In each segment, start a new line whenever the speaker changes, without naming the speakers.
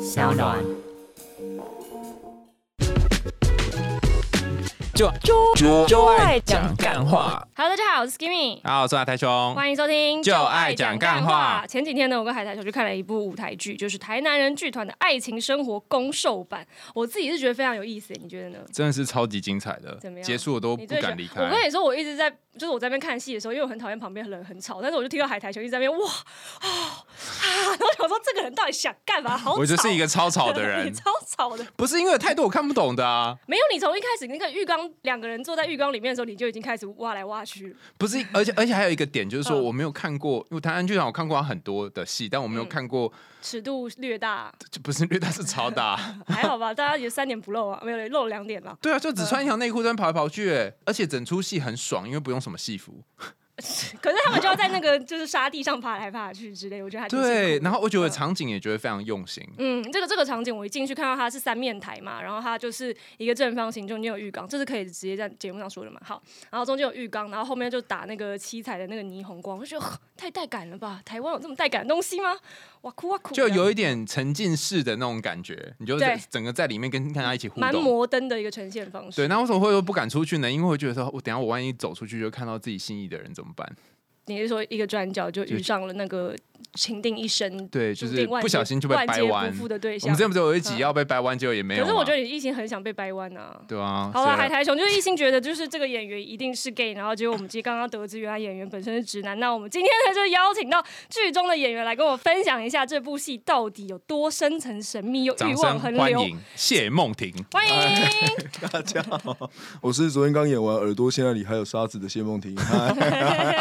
小暖。
就
就
就就爱
爱
讲
讲
干话。
Hello，大家好，我是 Skimmy，
大家好，我是阿泰兄。
欢迎收听《
就爱讲干话》。
前几天呢，我跟海苔小去看了一部舞台剧，就是台南人剧团的《爱情生活攻受版》，我自己是觉得非常有意思，你觉得呢？
真的是超级精彩的
怎么，样
结束我都
你
不
最喜
敢
欢
离开
我。跟你说，我一直在，就是我在那边看戏的时候，因为我很讨厌旁边人很吵，但是我就听到海苔球一直在那边哇啊啊，然后我想说这个人到底想干嘛？好吵，
我就是一个超吵的
你
人，
超吵的。
不是因为有太多我看不懂的啊，
没有，你从一开始那个浴缸，两个人坐在浴缸里面的时候，你就已经开始挖来挖去了。
不 是，而且而且还有一个点就是说
嗯
我没有看过，因为台湾剧场我看过他很多的戏，但我没有
嗯
看过，
尺度略大，
就不是略大是超 大。
还好吧？大家也三点不露啊，没有露了两点啦。
对啊，就只穿一条内裤在那跑来跑去，
嗯
哎而且整出戏很爽，因为不用什么戏服。
可是他们就要在那个就是沙地上爬来爬去之类，我觉得还挺辛苦
对，然后我觉得
嗯
场景也觉得非常用心。
嗯，这个这个场景我一进去看到它是三面台嘛，然后它就是一个正方形，中间有浴缸，这是可以直接在节目上说的嘛。好，然后中间有浴缸，然后后面就打那个七彩的那个霓虹光，我就觉得 呵太带感了吧？台湾有这么带感的东西吗？哇啊酷哇酷，
就有一点沉浸式的那种感觉，你就
对
整个在里面跟跟他一起互
蛮
动。
摩登的一个呈现方式。
对，那为什么会不敢出去呢？因为会觉得说，我等一下我万一走出去就看到自己心仪的人怎么办？
你是说一个转角就遇上了那个情定一生，
对，就
注
是
定万
不小
劫
心就被
万
掰
劫
弯
不。复的对
我们
象
之？前不是有一集
嗯
要被掰弯，结果也没有
可
嘛。
是我觉得你一心很想被掰弯啊。
对啊，
好了，
所以
海苔熊就是一心觉得就是这个演员一定是 gay，然后结果我们今天刚刚得知原来演员本身是直男。那我们今天呢就邀请到剧中的演员来跟我分享一下这部戏到底有多深层神秘又欲
掌
望
声
横
欢
流。
迎谢梦婷。
欢迎，
大家好，我是昨天刚演完《耳朵现在里还有沙子》的谢梦婷。嗨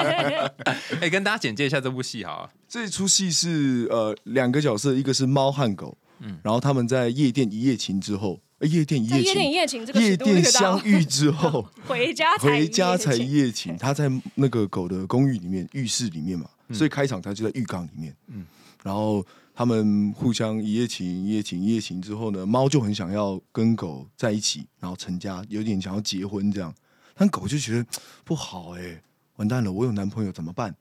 哎，跟大家简介一下这部戏好了。
这出戏是呃两个角色，一个是猫和狗，然后他们在夜店一夜情之后，呃夜店一
在
夜
夜店一
情，
夜情这个
夜
尺度略
店
大
相
哦，
遇之后，
回家才
回家才
一夜
一
情
夜情。他在那个狗的公寓里面，浴室里面嘛，所以开场他就在浴缸里面。嗯，然后他们互相一夜情，一夜情，一夜情之后呢，猫就很想要跟狗在一起，然后成家，有点想要结婚这样。但狗就觉得不好哎、完蛋了，我有男朋友怎么办？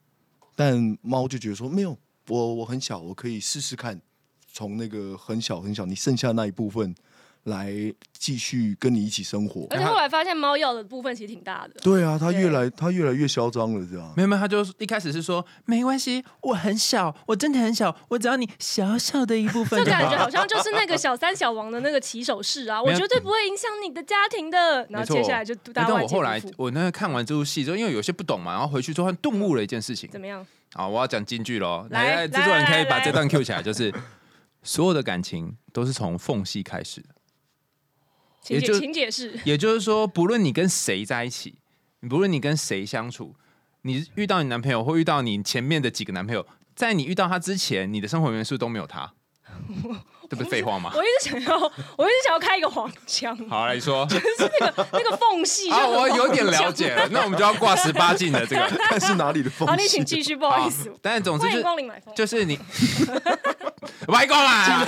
但猫就觉得说没有，我我很小，我可以试试看，从那个很小很小，你剩下那一部分来继续跟你一起生活。
而且后来发现猫要的部分其实挺大的。
对啊，他
对
越来他越来越嚣张了，这样。
没有没有，他就一开始是说没关系，我很小，我真的很小，我只要你小小的一部分
这
就
感觉
好。
好像就是那个小三小王的那个起手式啊，
没
我
有
绝对不会影响你的家庭的。然
没
后
错
接下来就大
哎
家
但
万
我
劫
后来
不复，
我那个看完这部戏之后，因为有些不懂嘛，然后回去之后顿悟了一件事情。
怎么样？
好，我要讲京剧喽。
来
来，
来
制作人可以
来
把
来
这段 Q 起来，就是所有的感情都是从缝隙开始的，
请
也就
解，请解释。
也就是说，不论你跟谁在一起，不论你跟谁相处，你遇到你男朋友或遇到你前面的几个男朋友，在你遇到他之前，你的生活元素都没有 他，这不是废话吗？
我一直想要，我一直想要开一个黄腔，
好，来 说
就是那个那个缝隙就
啊，
很
我
黄腔。
有点了解 了，那我们就要挂十八禁的这个。
但是哪里的风
好，你
气
请？继续， 不好意思
好，但是总之
欢
就
迎光临买风。
就是你 外公 啊。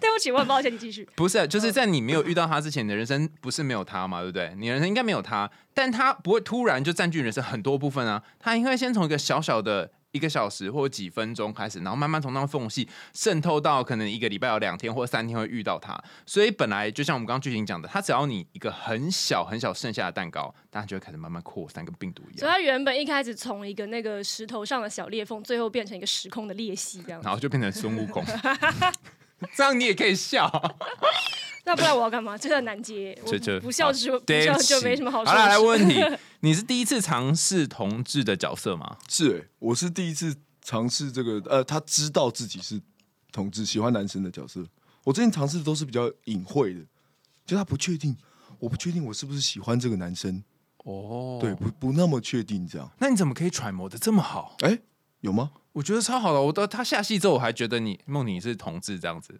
对不起，我很抱歉，你继续。
不是，就是在你没有遇到他之前，你的人生不是没有他嘛，对不对？你的人生应该没有他，但他不会突然就占据人生很多部分啊，他应该先从一个小小的。一个小时或几分钟开始，然后慢慢从那个缝隙渗透到可能一个礼拜有两天或三天会遇到他，所以本来就像我们刚刚剧情讲的，他只要你一个很小很小剩下的蛋糕，它就会开始慢慢扩散，跟病毒一
所以
样，
他原本一开始从一个那个石头上的小裂缝，最后变成一个时空的裂隙这样。
然后就变成孙悟空，这样你也可以笑。
那不然我要干嘛？真的难接，我
这这
不笑之不
对
笑
不起
就没什么好
好了，来
说。
问 题，你是第一次尝试同志的角色吗？
是、欸，我是第一次尝试这个，呃，他知道自己是同志，喜欢男生的角色。我之前尝试都是比较隐晦的，就他不确定，我不确定我是不是喜欢这个男生，
哦
对，，不不那么确定这样。
那你怎么可以揣摩的这么好？
哎、有吗？
我觉得超好的，我到他下戏之后，我还觉得你梦你是同志这样子，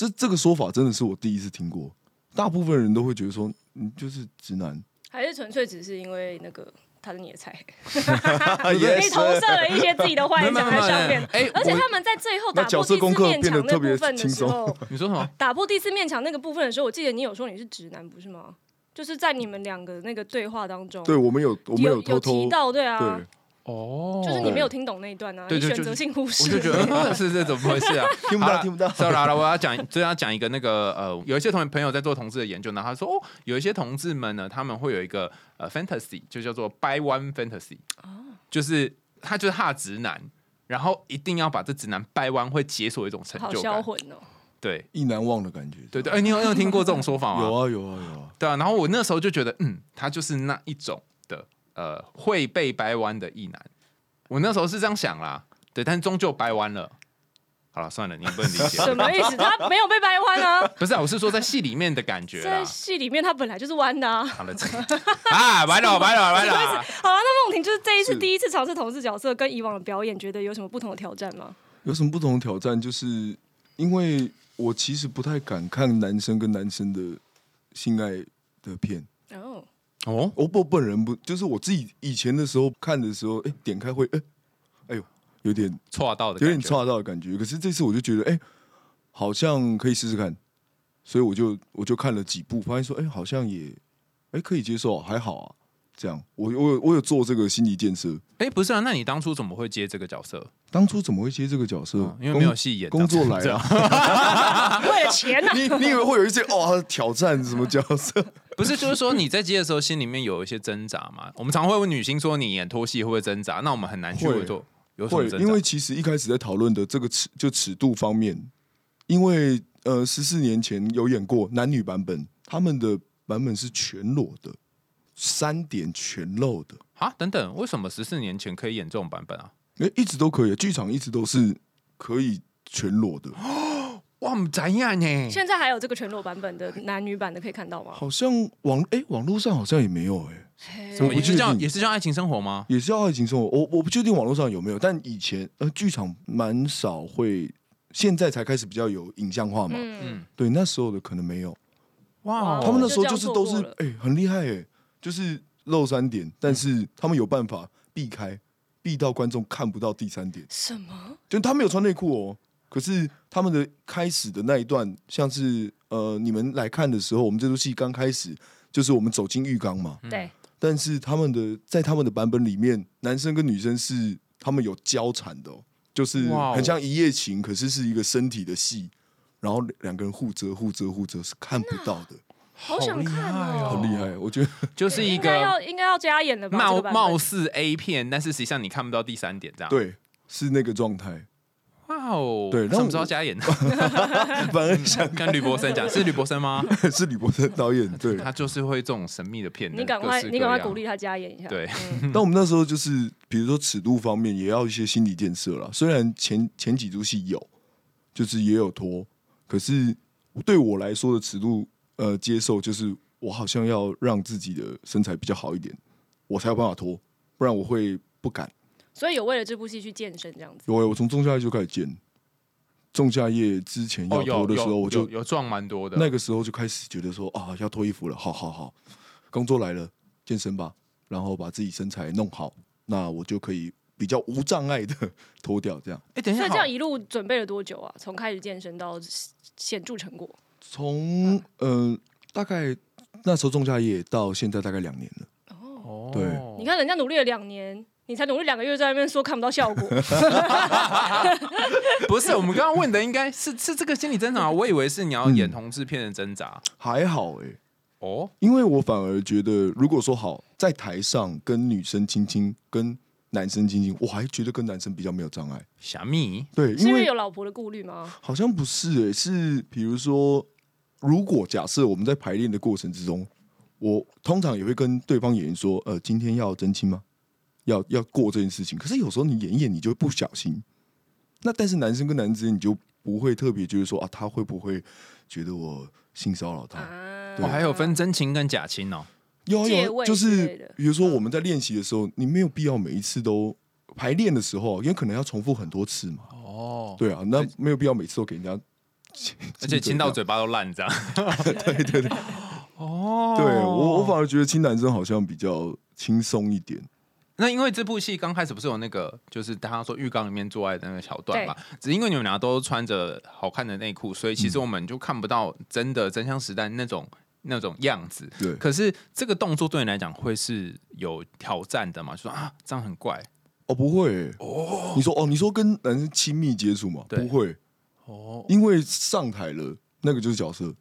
这这个说法真的是我第一次听过。大部分人都会觉得说，你就是直男，
还是纯粹只是因为那个他是你的菜，
啊
你投射了一些自己的幻想在上面。
哎，
而且
我
他们在最后打
那
破
角
第
色
四
功课
面
变
墙
得
那
特别
部分的
轻
时
松
候，
你说什么？
打破第四面墙那个部分的时候，我记得你有说你是直男，不是吗？就是在你们两个那个对话当中，
对我们有我们
有
偷偷
提到，对啊，
对，
哦，
就是你没有听懂那一段啊，
对
你
对
选
就
择性忽
我
视
就。觉得呃 是这怎么回事啊？
听不
好
到，
啦
听不到。
sorry 啦，我要讲，就要讲一个那个呃，有一些同朋友在做同志的研究，然后他说哦，有一些同志们呢，他们会有一个呃 fantasy，就叫做 by one fantasy，、就是
哦
他就是哈直男，然后一定要把这直男掰弯，会解锁一种成
好
就
销
感。
魂哦！
对
意难忘的感觉，
对对，哎、你有你有听过这种说法吗？
有啊有啊有啊，
对啊，然后我那时候就觉得，嗯，他就是那一种的，呃，会被掰弯的异男。我那时候是这样想啦，对，但终究掰弯了。好了，算了，你们不能理解。
什么意思？他没有被掰弯 啊，
不是、啊，我是说在戏里面的感觉
啊
在
啦。
戏里面他本来就是弯的 啊。
好了， 这啊，完了，完了，完了。
好啊，那梦婷就是这一次
是
第一次尝试同事角色，跟以往的表演，觉得有什么不同的挑战吗？
有什么不同的挑战？就是因为我其实不太敢看男生跟男生的性爱的片，
哦，
哦，
我不本人不，就是我自己以前的时候看的时候，哎、点开会，哎、哎呦，有点
错啊到的
有
感觉，
点岔到的感觉。可是这次我就觉得，哎、好像可以试试看，所以我就我就看了几部，发现说，哎、好像也，哎、可以接受，还好啊。这样，我我有我有做这个心理建设。
哎、不是啊，那你当初怎么会接这个角色？
当初怎么会接这个角色？
嗯因为没有戏演，
工工作来
这样
了、啊
为了钱 呢、
你你以为会有一些哦挑战什么角色？
不是，就是说你在接的时候心里面有一些挣扎嘛。我们常会问女星说你演拖戏会不会挣扎，那我们很难去
会
做 有什么
会，
挣扎？
因为其实一开始在讨论的这个尺就尺度方面，因为呃十四年前有演过男女版本，他们的版本是全裸的，三点全露的，
啊，等等，为什么十四年前可以演这种版本啊？
哎、一直都可以，剧场一直都是可以全裸的，
哇，唔知呀呢
现在还有这个全裸版本的男女版的可以看到吗？
好像网哎、网络上好像也没有哎、
嘿
怎么
也是叫
我不确定
也是叫爱情生活吗？
也是要爱情生活，我我不确定网络上有没有，但以前呃剧场蛮少会，现在才开始比较有影像化嘛，
嗯，
对，那时候的可能没有。
哇哦，
他们那
就
时候
这样
就是
做
都
过
是
了
哎、很厉害哎、就是露三点，但是他们有办法避开，避到观众看不到第三点。
什么？
就他们有穿内裤哦，可是他们的开始的那一段，像是呃，你们来看的时候，我们这出戏刚开始就是我们走进浴缸嘛，
嗯
对，
但是他们的在他们的版本里面，男生跟女生是他们有交缠的、哦，就是
哇哦
很像一夜情，可是是一个身体的戏，然后两个人互遮互遮互遮是看不到的。
好想看哦
很厉害，我觉得
就是一
应该
个
要应该要加演了吧？这
貌
个版本
貌似 A 片，但是实际上你看不到第三点这样。，
对，是那个 状态。
哇哦，
对
什
那
么
我
时候加 演？
反而想
跟吕伯森讲，是吕伯森吗？
是李伯森导演，对。
他就是会这种神秘的骗人，
你赶
各
快
式
你赶快
各样
鼓励。他加演一下。
对
嗯，
但我们那时候就是，比如说尺度方面也要一些心理建设啦。虽然前前几出戏有，就是也有拖，可是对我来说的尺度，呃，接受就是我好像要让自己的身材比较好一点，我才有办法拖，不然我会不敢。
所以有为了这部戏去健身这样子。
有欸我从仲夏夜就开始减，仲夏夜之前
哦，
要
有
拖的时候，
有
我就
有有撞蛮多的。
那个时候就开始觉得说啊，要脱衣服了，好好好，工作来了，健身吧，然后把自己身材弄好，那我就可以比较无障碍的脱掉。这样
哎，等一
所
下，
以这
好
样一路准备了多久啊？从开始健身到显著成果，
从嗯、呃大概那时候仲夏夜到现在大概两年了，
哦
对
你看人家努力了两年，你才努力两个月，在那边说看不到 效果，
不是我们刚刚问的，应该是是这个心理挣扎。我以为是你要演
嗯
同志片的挣扎。
还好哎、
哦，
因为我反而觉得，如果说好在台上跟女生亲亲，跟男生亲亲，我还觉得跟男生比较没有障碍。
小蜜，
对，
是
因
因
为
为有老婆的顾虑吗？
好像不是诶、是比如说，如果假设我们在排练的过程之中，我通常也会跟对方演员说，呃，今天要真亲吗？要要过这件事情。可是有时候你演一演，你就会不小心。那但是男生跟男生之间，你就不会特别觉得说啊，他会不会觉得我性骚扰他？
哦
啊，
我还有分真情跟假情哦。
有啊
借
有
位
啊，就
之类
是
的
比如说我们在练习的时候，你没有必要每一次都排练的时候，因为可能要重复很多次嘛。
哦，
对啊，那没有必要每次都给人家
而且亲到嘴巴都烂这样。
对我，
哦
我反而觉得亲男生好像比较轻松一点。
那因为这部戏刚开始不是有那个，就是大家说浴缸里面做爱的那个桥段嘛，只因为你们俩都穿着好看的内裤，所以其实
嗯
我们就看不到真的真枪实弹那种那种样子。
对，
可是这个动作对你来讲会是有挑战的嘛？就说啊，这样很怪，
哦，不会欸、你说哦，你说跟男生亲密接触吗？
对
不会，
哦，
因为上台了，那个就是角色。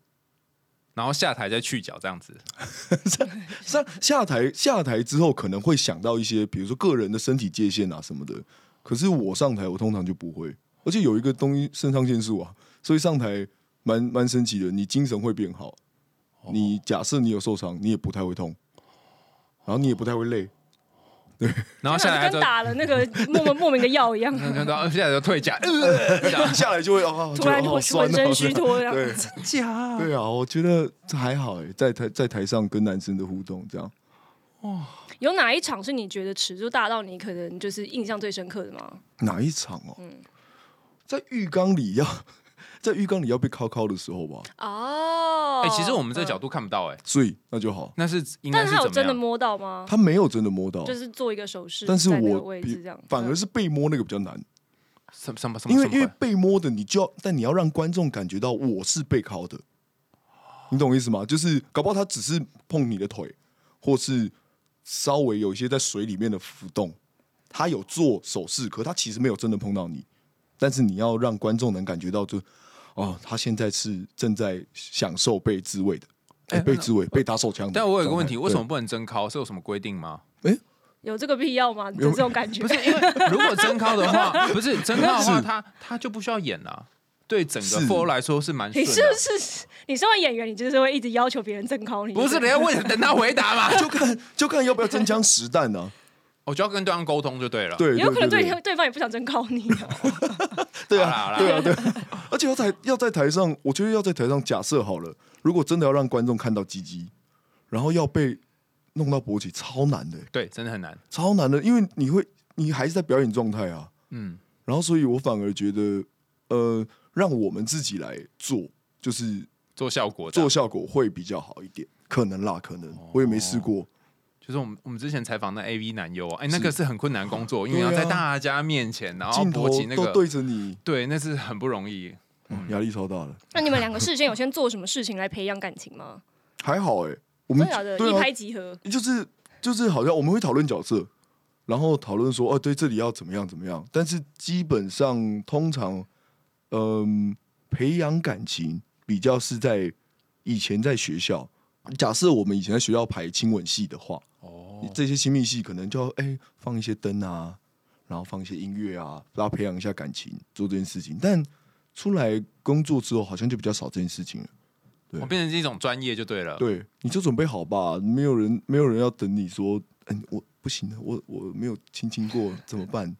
然后下台再去角这样子，
上下台下台之后，可能会想到一些，比如说个人的身体界限啊什么的。可是我上台，我通常就不会。而且有一个东西，肾上腺素啊，所以上台蛮蛮神奇的。你精神会变好，你假设你有受伤，你也不太会痛，然后你也不太会 累。
然后下来
跟
就
打了 那个莫名莫名的药一样，
然后下来就退甲， 呃，这样
下来就会啊，
突然
就
哦
就
好
浑
酸
浑
啊
身虚脱这样
对
子。
假
对啊，我觉得这还好哎、在台在台上跟男生的互动这样。
有哪一场是你觉得尺度大到你可能就是印象最深刻的吗？
哪一场哦？
嗯
在浴缸里要 在浴缸里要被敲敲的时候吧，
哦，
哎、其实我们这个角度看不到、哎、
所以那就好。
那是应该
但
是
他有
怎么
真的
样？
摸到吗？
他没有真的摸到，
就是做一个手势，
哦但是
在那个
我
位
比
置这样，
反而
嗯
是被摸那个比较难，
什么什么什么？
因为
什么
因为
鬼
被摸的你就要，但你要让观众感觉到我是被敲的，你懂我意思吗？就是搞不好他只是碰你的腿，或是稍微有一些在水里面的浮动，他有做手势，可他其实没有真的碰到你，但是你要让观众能感觉到就，哦，他现在是正在享受被自慰的，哎、
哎
被自慰，被打手枪的状态。
但我有个问题，为什
对
么不能真敲？是有什么规定吗？
有这个必要吗？有这种感 觉？因为
如果真敲的话， 不是真敲的话，他他就不需要演啦、对整个
是
flow 来说是蛮
你
顺
是
的
不。是你身为演员，你就是会一直要求别人正靠你？
不是，你要问等他回答 嘛？
就看就看要不要真枪实 弹呢、
我就要跟对方沟通就对了。
对，
有可能
对
对对方也不想正靠你 啊。
对
好
啊，
啦
对啊，对啊。 而且要在要在台上，我觉得要在台上假设好了，如果真的要让观众看到鸡鸡，然后要被弄到勃起，超难的、
对，真的很难。
超难的，因为你会你还是在表演状态啊。
嗯，
然后，所以我反而觉得，呃，让我们自己来做，就是
做效果的
做效果会比较好一点，可能啦，可能
哦
我也没试过。
就是我们我们之前采访那 AV 男优啊，哎、那个是很困难工作，因为要
对啊
在大家面前，然后
镜头
勃起那
都
个，嗯
对着你，
对，那是很不容易。
哦压力超大的。
那你们两个事先有先做什么事情来培养感情吗？
还好哎、我
真
们
的假的？
对
一
啊
拍即合，
就是就是好像我们会讨论角色，然后讨论说哦，对，这里要怎么样怎么样。但是基本上通常，嗯、培养感情比较是在以前在学校。假设我们以前在学校排亲吻戏的话，
哦
你这些亲密戏可能就要哎、放一些灯啊，然后放一些音乐啊，然后培养一下感情，做这件事情。但出来工作之后，好像就比较少这件事情了。对
我变成是一种专业就对了。
对，你就准备好吧，没有人没有人要等你说，嗯，我不行了，我我没有亲亲过，怎么办？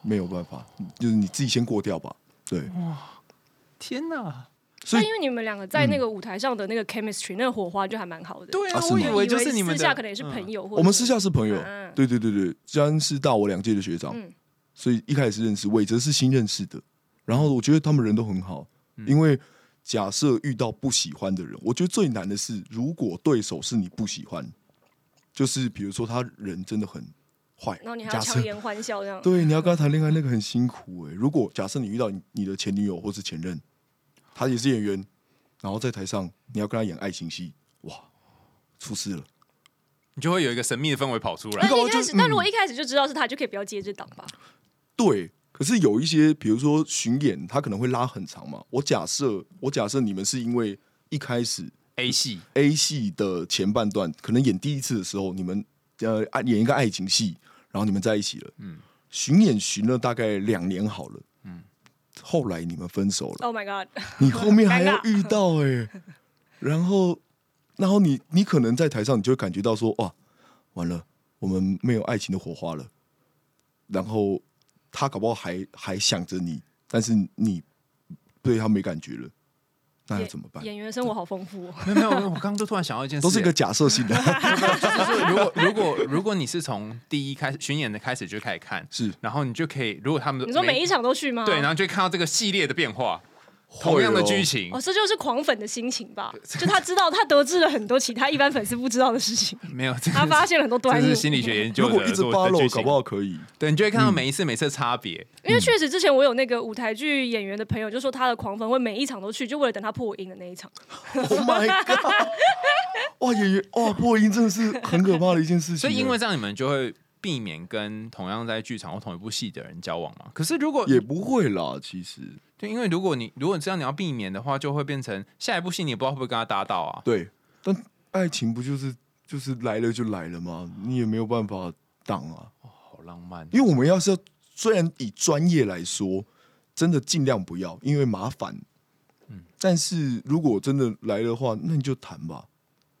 没有办法，就是你自己先过掉吧。对，
天哪！
所
但
以嗯
因为你们两个在那个舞台上的那个 chemistry，、那个火花就还蛮好的。
对啊，
啊是
我
吗
以为就是你们的嗯
私下可能也是朋友，或者
嗯我们私下是朋友
嗯，
对对对对，江是大我两届的学长
嗯，
所以一开始认识，伟哲是新认识的。然后我觉得他们人都很好，因为假设遇到不喜欢的人，我觉得最难的是，如果对手是你不喜欢，就是比如说他人真的很坏，
然后你还
假
要
设
强颜欢笑这样。
对，你要跟他谈恋爱，那个很辛苦哎、如果假设你遇到你你的前女友或是前任，他也是演员，然后在台上你要跟他演爱情戏，哇，出事了。
你就会有一个神秘的氛围跑出来
但
那。
一开始，
嗯
但如果一开始就知道是他，就可以不要接这档吧。
对，可是有一些，比如说巡演，他可能会拉很长嘛。我假设，我假设你们是因为一开始
A 戏
A 戏的前半段，可能演第一次的时候，你们呃爱演一个爱情戏，然后你们在一起了，嗯，巡演巡了大概两年好了，嗯，后来你们分手了。
Oh my god！
你后面还要
尴尬
遇到哎、然后，然后你你可能在台上，你就会感觉到说，哇，完了，我们没有爱情的火花了。然后他搞不好还还想着你，但是你对他没感觉了，那要
演
怎么办？
演员生活好丰富、哦。
没有没有，没有我刚刚就突然想到一件事，
都是一个假设性的，
就是如果如果如果你是从第一开始巡演的开始就开始看，
是
然后你就可以，如果他们
你说每一场都去吗？
对，然后就会看到这个系列的变化，同样的剧情
哦，，这就是狂粉的心情吧？ 就他知道，他得知了很多其他一般粉丝不知道的事情，
没有，这
他
个
发现了很多端
这
倪
是。心理学研究
如
的
果一直
做的
follow，
剧情
搞不好嗯可以。
对，你就会看到每一次每次的差别。
因
嗯
为确实之前我有那个舞台剧演员的朋友，就说他的狂粉会每一场都去，就为了等他破音的那一场。
Oh my god！哇，演员哇，破音真的是很可怕的一件事情。欸
所以因为这样，你们就会避免跟同样在剧场或同一部戏的人交往嘛。可是如果
也不会啦，其实
对，因为如果你如果这样你要避免的话，就会变成下一部戏你也不知道会不会跟他搭到啊。
对，但爱情不就是就是来了就来了吗？你也没有办法挡啊，
好浪漫，
因为我们要是要，虽然以专业来说，真的尽量不要，因为麻烦。但是如果真的来的话，那你就谈吧，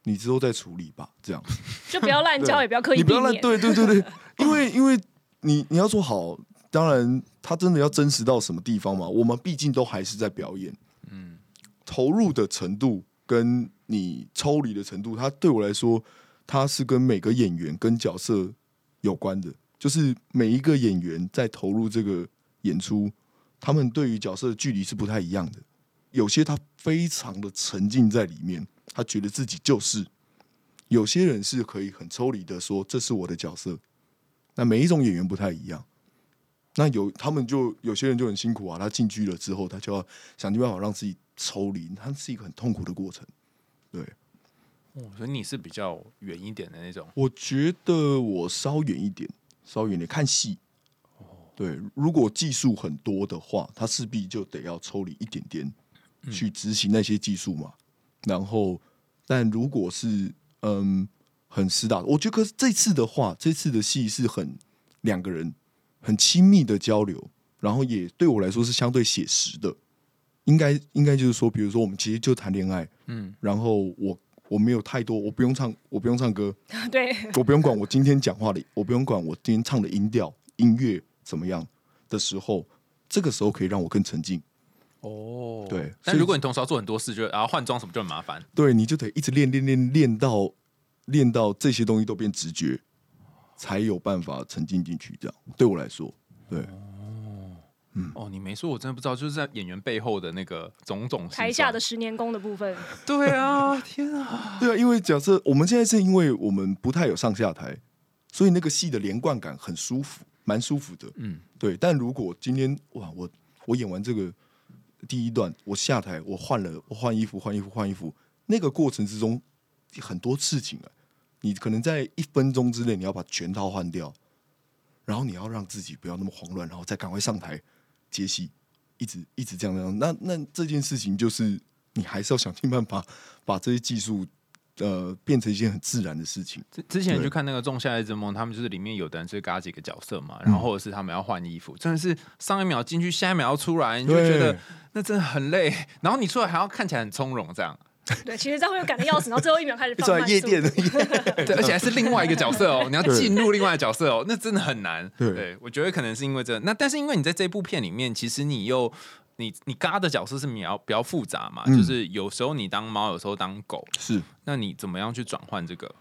你之后再处理吧，这样。
就不要滥交，
对
也不要刻意
你不
避
要乱
免。
对对对对，因为因为你你要做好，当然他真的要真实到什么地方嘛？我们毕竟都还是在表演，嗯，投入的程度跟你抽离的程度，它对我来说，它是跟每个演员跟角色有关的，就是每一个演员在投入这个演出，他们对于角色的距离是不太一样的。有些他非常的沉浸在里面，他觉得自己就是，有些人是可以很抽离的说这是我的角色，那每一种演员不太一样。那有他们就有些人就很辛苦啊，他进剧了之后，他就要想尽办法让自己抽离，它是一个很痛苦的过程。对，
哦所以你是比较远一点的那种。
我觉得我稍远一点，稍远一点看戏。对，如果技术很多的话，他势必就得要抽离一点点去执行那些技术嘛。然后，但如果是嗯很实打，我觉得可是这次的话，这次的戏是很两个人很亲密的交流，然后也对我来说是相对写实的。应该应该就是说，比如说我们其实就谈恋爱，嗯，然后我我没有太多，我不用唱，我不用唱歌，
对，
我不用管我今天讲话的，我不用管我今天唱的音调、音乐怎么样的时候，这个时候可以让我更沉浸。
哦
对
但
所以
如果你同时要做很多事，就然后换装什么就很麻烦。
对，你就得一直练练练练到练到这些东西都变直觉，才有办法沉浸进去。这样对我来说，对嗯
哦，你没说，我真的不知道，就是在演员背后的那个种种
台下的。十年功的部分，
对啊，天啊！
对啊，因为假设我们现在是因为我们不太有上下台，所以那个戏的连贯感很舒服，蛮舒服的。
嗯，
对，但如果今天哇，我我演完这个第一段，我下台，我换了，我换衣服，换衣服，换衣服，那个过程之中很多事情啊，你可能在一分钟之内你要把全套换掉，然后你要让自己不要那么慌乱，然后再赶快上台接戏，一直一直这样这样。那那这件事情就是你还是要想尽办法把这些技术呃变成一件很自然的事情。
之之前
对
去看那个《仲夏夜之梦》，他们就是里面有的人是嘎几个角色嘛，
嗯
然后或者是他们要换衣服，真的是上一秒进去，下一秒要出来，你就觉得
对
那真的很累。然后你出来还要看起来很从容，这样，
对，其实这样会赶得要死，然后最后一秒开始放
在
慢
啊夜
速
店
度
的，
对，而且还是另外一个角色哦，你要
对
进入另外的角色哦，那真的很难。
对
我觉得可能是因为这那但是因为你在这部片里面，其实你又你你嘎的角色是比较比较复杂嘛，
嗯
就是有时候你当猫，有时候当狗，
是。
那你怎么样去转换这个？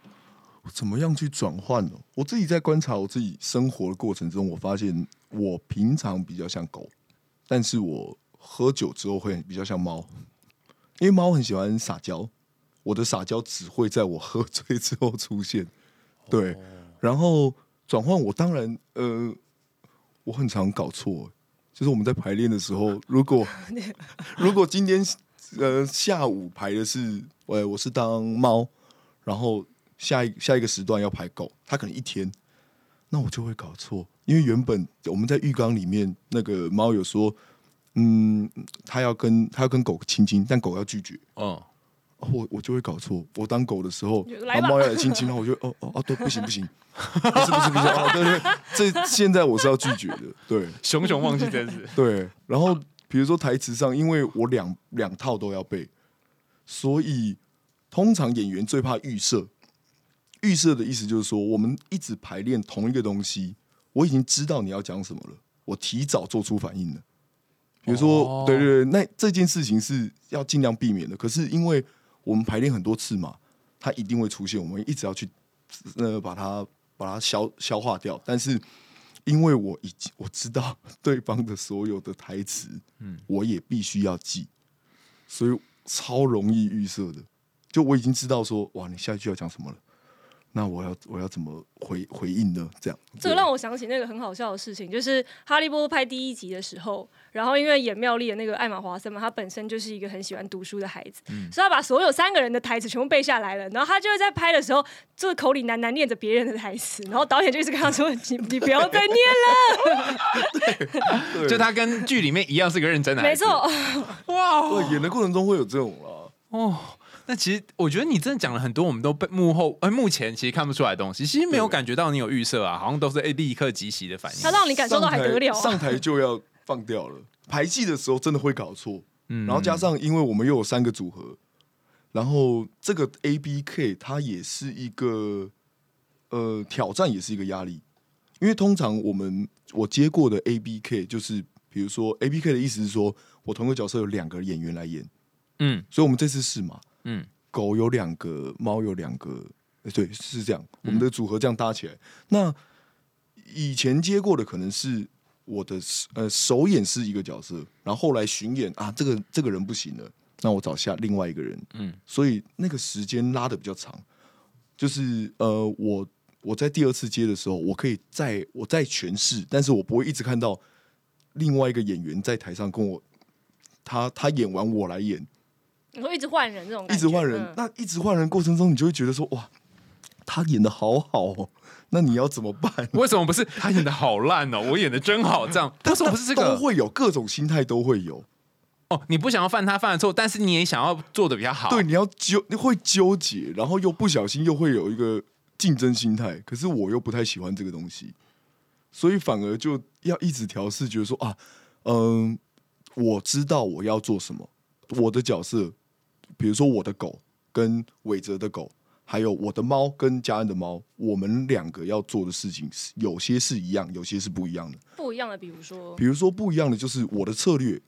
怎么样去转换呢？我自己在观察我自己生活的过程中，我发现我平常比较像狗，但是我喝酒之后会比较像猫，因为猫很喜欢撒娇，我的撒娇只会在我喝醉之后出现。对，然后转换我当然呃，我很常搞错，就是我们在排练的时候，如果如果今天呃下午排的是，呃我是当猫，然后下一下一个时段要排狗，它可能一天，那我就会搞错，因为原本我们在浴缸里面那个猫有说，嗯，它要跟它要跟狗亲亲，但狗要拒绝。
嗯，
哦我我就会搞错，我当狗的时候，
就来
然
吧
后猫要来亲亲，然后我就哦哦哦，对，不行不行，不是不是不行，哦对对，对这现在我是要拒绝的，对
熊熊忘记这件 事。
对。然后比如说台词上，因为我两两套都要背，所以通常演员最怕预设。预设的意思就是说，我们一直排练同一个东西，我已经知道你要讲什么了，我提早做出反应了。比如说，
哦
对对对，那这件事情是要尽量避免的。可是因为我们排练很多次嘛，它一定会出现，我们一直要去呃把它把它消消化掉。但是因为我已经我知道对方的所有的台词，嗯，我也必须要记，所以超容易预设的。就我已经知道说，哇，你下一句要讲什么了，那我要我要怎么回回应呢？这样
这个让我想起那个很好笑的事情，就是《哈利波特》拍第一集的时候，然后因为演妙丽的那个艾玛华森嘛，她本身就是一个很喜欢读书的孩子，
嗯
所以她把所有三个人的台词全部背下来了，然后她就会在拍的时候，就是口里喃喃念着别人的台词，然后导演就一直跟她说：“你你不要再念了。
对
就他跟剧里面一样是个认真”的，
没错，，
哇，
对演的过程中会有这种了。
哦，那其实我觉得你真的讲了很多，我们都被幕后哎、目前其实看不出来的东西，其实没有感觉到你有预设啊，好像都是哎、立刻即席的反应
她。让你感受到还得了
上
啊！
台上台就要放掉了。排戏的时候真的会搞错，
嗯
然后加上因为我们又有三个组合，然后这个 A B K 它也是一个呃挑战，也是一个压力，因为通常我们我接过的 A B K 就是比如说 A B K 的意思是说我同一个角色有两个演员来演，
嗯
所以我们这次试嘛，
嗯，
狗有两个，猫有两个，呃对，是这样，我们的组合这样搭起来。那以前接过的可能是我的呃首演是一个角色，然后后来巡演啊，这个这个人不行了，那我找下另外一个人，
嗯
嗯，所以那个时间拉的比较长，就是呃我。我在第二次接的时候，我可以再我再诠释，但是我不会一直看到另外一个演员在台上跟我，他他演完我来演，
你说一直换人这种
一
感觉，
直换人，
嗯
那一直换人过程中，你就会觉得说，哇，他演的好好哦，那你要怎么办？
为什么不是他演的好烂哦？我演的真好， 这样为什么不是这
都
个？
会有各种心态，都会有。
哦，你不想要犯他犯的错，但是你也想要做的比较好。
对，，你要纠，你会纠结，然后又不小心又会有一个竞争心态。可是我又不太喜欢这个东西，所以反而就要一直调试，觉得说啊，嗯，我知道我要做什么，我的角色，比如说我的狗跟伟哲的狗，还有我的猫跟家人的猫，我们两个要做的事情是有些是一样，有些是不一样的。
不一样的，比如说
比如说不一样的就是我的策略。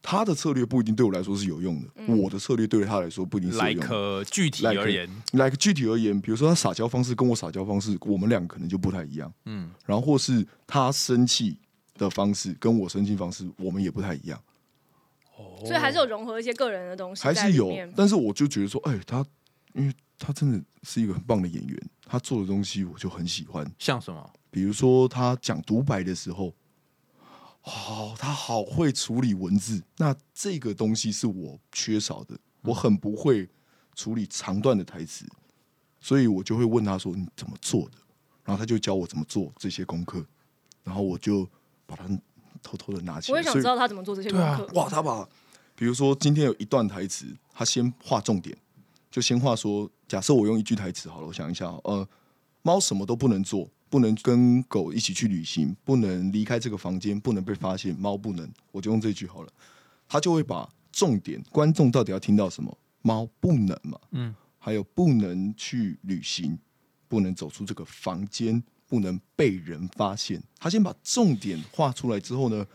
他的策略不一定对我来说是有用的，我的策略对他来说不一定是有
来
用的。
可具体而言，
来具体而言，比如说他撒娇方式跟我撒娇方式，我们两个可能就不太一样。
嗯
嗯，然后或是他生气的方式跟我生气方式，我们也不太一样，
所以还是有融合一些个人的东西
还
在
是
里
有
面。。
但是我就觉得说，哎、他因为他真的是一个很棒的演员，他做的东西我就很喜欢。
像什么？
比如说他讲独白的时候，哦，他好会处理文字。那这个东西是我缺少的，我很不会处理长段的台词，所以我就会问他说：“你怎么做的？”然后他就教我怎么做这些功课，然后我就把它偷偷的拿起
我
来。
也想
所以
知
啊
道他怎么做这些功课。
哇，他把比如说今天有一段台词，他先画重点，就先画说，假设我用一句台词好了，我想一下哦，呃，猫什么都不能做，不能跟狗一起去旅行，不能离开这个房间，不能被发现，猫不能，我就用这句好了，他就会把重点，观众到底要听到什么？猫不能嘛，
嗯
嗯，还有不能去旅行，不能走出这个房间，不能被人发现。他先把重点画出来之后呢，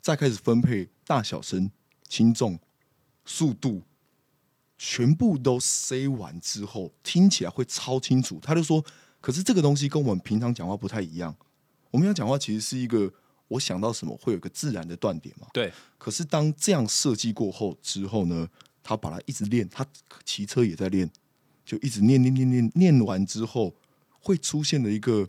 再开始分配大小声、轻重、速度，全部都塞完之后，听起来会超清楚。他就说：“可是这个东西跟我们平常讲话不太一样，我们要讲话其实是一个我想到什么会有一个自然的断点嘛。
对，
可是当这样设计过后之后呢，他把它一直练，他骑车也在练，就一直念念念念念完之后，会出现的一个，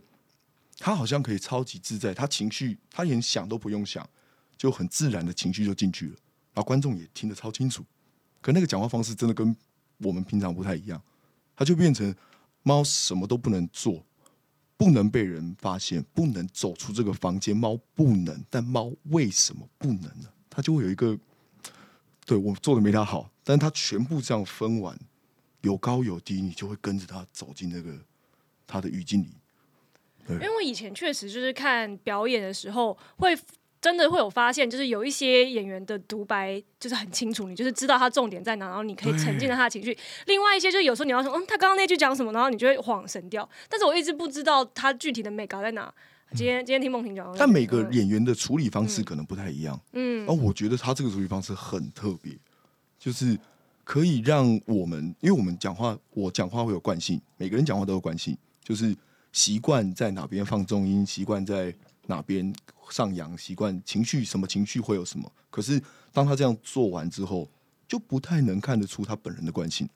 他好像可以超级自在，他情绪他连想都不用想，就很自然的情绪就进去了，然后观众也听得超清楚。可那个讲话方式真的跟我们平常不太一样，它就变成猫什么都不能做，不能被人发现，不能走出这个房间。猫不能，但猫为什么不能呢？它就会有一个，对我做的没它好，但它全部这样分完，有高有低，你就会跟着它走进那个它的语境里。
因为我以前确实就是看表演的时候会。真的会有发现，就是有一些演员的独白就是很清楚，你就是知道他重点在哪，然后你可以沉浸在他的情绪。另外一些就是有时候你要说，嗯，他刚刚那句讲什么，然后你就会恍神掉。但是我一直不知道他具体的美感在哪。今天今天听梦婷讲，我就
但
觉
每
得
个演员的处理方式可能不太一样。嗯，而我觉得他这个处理方式很特别，就是可以让我们，因为我们讲话，我讲话会有惯性，每个人讲话都有惯性，就是习惯在哪边放重音，习惯在哪边上扬，习惯情绪什么情绪会有什么。可是当他这样做完之后，就不太能看得出他本人的惯性，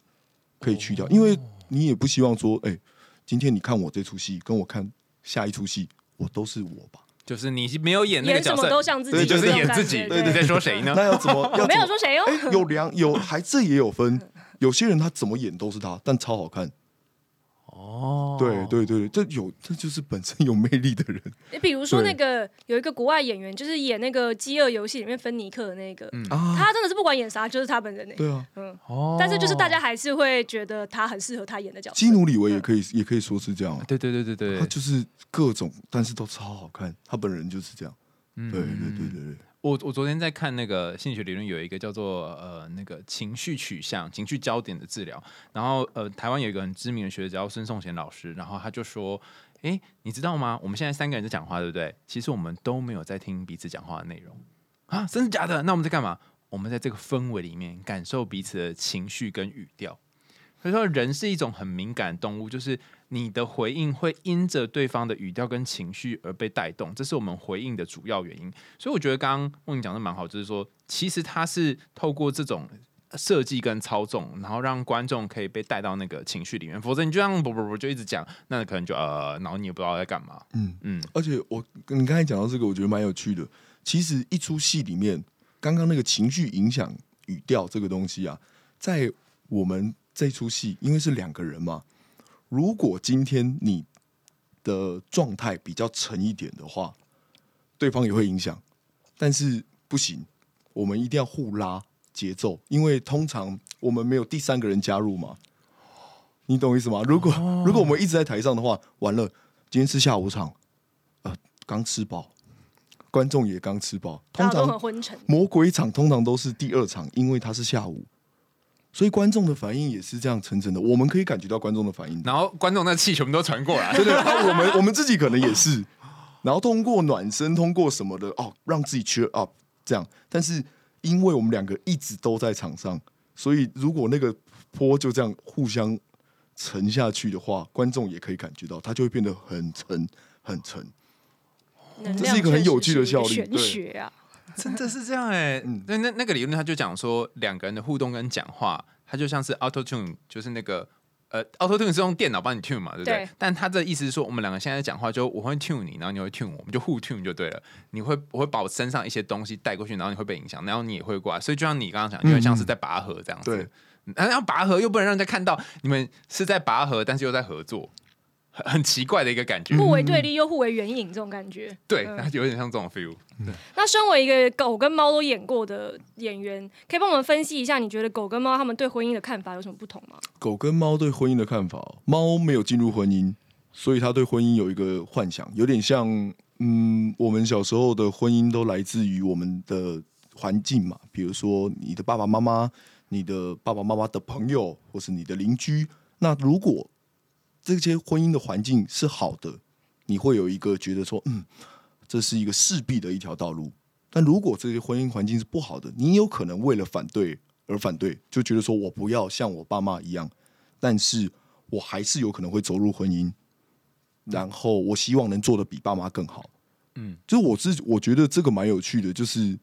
可以去掉，因为你也不希望说，哎、今天你看我这出戏，跟我看下一出戏，我都是我吧？
就是你没有演那个
演
角
什么都
色，
像自己，
对
你就是
这种
演
感
自
觉
己，
对
你在说 谁呢？
那要怎么？要
我没有
怎么？
说谁哦，
哎， 有良有还这也 有分，有些人他怎么演都是他，但超好看。
哦
对，对对对，这有这就是本身有魅力的人。
你比如说
对
那个有一个国外演员，就是演那个《饥饿游戏》里面芬尼克的那个，
啊，
他真的是不管演啥就是他本人呢、
对啊，
嗯，
哦
但是就是大家，还是会觉得他很适合他演的角色
基。努里维也可
呃
以也可以说是这样啊，
对对对对对，
他就是各种，但是都超好看，他本人就是这样。
对
对对对对对，
我我昨天在看那个心理学理论，有一个叫做呃那个情绪取向、情绪焦点的治疗。然后呃，台湾有一个很知名的学者叫孙颂贤老师，然后他就说：“诶，你知道吗？我们现在三个人在讲话，对不对？其实我们都没有在听彼此讲话的内容啊，真的假的？那我们在干嘛？我们在这个氛围里面感受彼此的情绪跟语调。所以说，人是一种很敏感的动物，就是你的回应会因着对方的语调跟情绪而被带动，这是我们回应的主要原因。所以我觉得刚刚梦莹讲的蛮好，就是说，其实他是透过这种呃设计跟操纵，然后让观众可以被带到那个情绪里面，否则你就这样不不不就一直讲，那可能就呃，然后你也不知道在干嘛。
嗯。
嗯，
而且我你刚才讲到这个，我觉得蛮有趣的。其实一出戏里面，刚刚那个情绪影响语调这个东西啊，在我们这出戏，因为是两个人嘛，如果今天你的状态比较沉一点的话，对方也会影响。但是不行，我们一定要互拉节奏，因为通常我们没有第三个人加入嘛。你懂我意思吗？如果、如果我们一直在台上的话，完了，今天是下午场，呃，刚吃饱，观众也刚吃饱。
大
通
家都很
常
昏沉，
魔鬼场通常都是第二场，因为它是下午，所以观众的反应也是这样层层的。我们可以感觉到观众的反应 的，
然后观众那气全部都传过来，
对对，啊我们我们自己可能也是，然后通过暖身，通过什么的哦，让自己 cheer up 这样。但是因为我们两个一直都在场上，所以如果那个坡就这样互相沉下去的话，观众也可以感觉到，它就会变得很沉很沉。
能
这
量
是一个很有趣
确实
的
是一
效
个
率
玄
对
学啊，
真的是这样哎、
嗯
那那那个理论他就讲说，两个人的互动跟讲话，它就像是 Auto Tune，就是那个呃 Auto Tune 是用电脑帮你 tune 嘛，对不对？
对
但他的意思是说，我们两个现在讲话就我会 tune 你，然后你会 tune 我，我们就互 tune 就对了。你会我会把我身上一些东西带过去，然后你会被影响，然后你也会过来。所以就像你刚刚讲，有点像是在拔河这样子。
对
然后拔河又不能让人家看到你们是在拔河，但是又在合作，很很奇怪的一个感
嗯
觉。
互为对立又互为援引这种感觉。
对，
嗯
它有点像这种 feel。
那身为一个狗跟猫都演过的演员，可以帮我们分析一下，你觉得狗跟猫他们对婚姻的看法有什么不同吗？
狗跟猫对婚姻的看法哦、猫没有进入婚姻，所以它对婚姻有一个幻想，有点像嗯，我们小时候的婚姻都来自于我们的环境嘛，比如说你的爸爸妈妈、你的爸爸妈妈的朋友，或是你的邻居。那如果这些婚姻的环境是好的，你会有一个觉得说，嗯，这是一个势必的一条道路。但如果这些婚姻环境是不好的，你有可能为了反对而反对，就觉得说我不要像我爸妈一样，但是我还是有可能会走入婚姻，然后我希望能做的比爸妈更好。
嗯
嗯，就是我自我觉得这个蛮有趣的，就是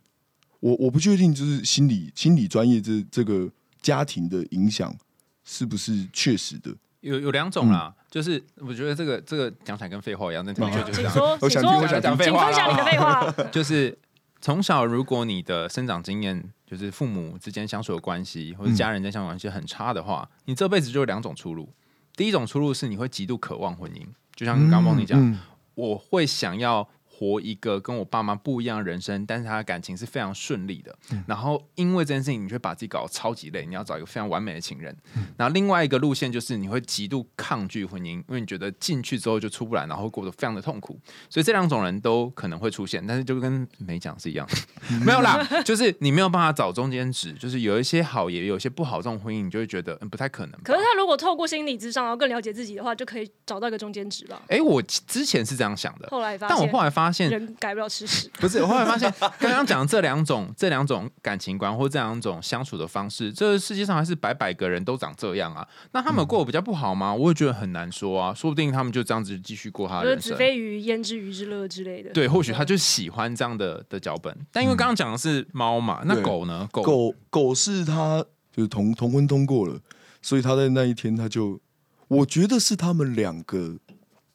我我不确定，就是心理心理专业这这个家庭的影响是不是确实的。
有有两种
嗯
啦，就是我觉得这个这个讲起来跟废话一样，但的确就是这
请
样。
说，
我
请
想
说
听，我
想听
请
废话啊
分享你的废话。
就是从小，如果你的生长经验就是父母之间相处的关系，或者
嗯
家人之间相处的关系很差的话，你这辈子就有两种出路。第一种出路是你会极度渴望婚姻，就像刚刚梦你讲，
嗯
我会想要活一个跟我爸妈不一样的人生，但是他的感情是非常顺利的。然后因为这件事情，你会把自己搞得超级累，你要找一个非常完美的情人。然后另外一个路线就是你会极度抗拒婚姻，因为你觉得进去之后就出不来，然后过得非常的痛苦。所以这两种人都可能会出现，但是就跟没讲是一样的，没有啦，就是你没有办法找中间值，就是有一些好，也有一些不好，这种婚姻你就会觉得嗯不太可能吧。
可是他如果透过心理智商，然后更了解自己的话，就可以找到一个中间值吧。
哎、我之前是这样想的，
后来发
但我
现，
后来发现
人改不了吃屎。
不是，我后来发现，刚刚讲的这两种、这两种感情观或这两种相处的方式，这世界上还是百百个人都长这样啊。那他们过得比较不好吗？我也觉得很难说啊，说不定他们就这样子继续过他
我
的
觉得
啊人
子
生。
非鱼焉知鱼之乐之类的。
对，或许他就喜欢这样的的脚本。但因为刚刚讲的是猫嘛，那
对
狗呢？狗
狗狗是他就是同同婚通过了，所以他在那一天他就我觉得是他们两个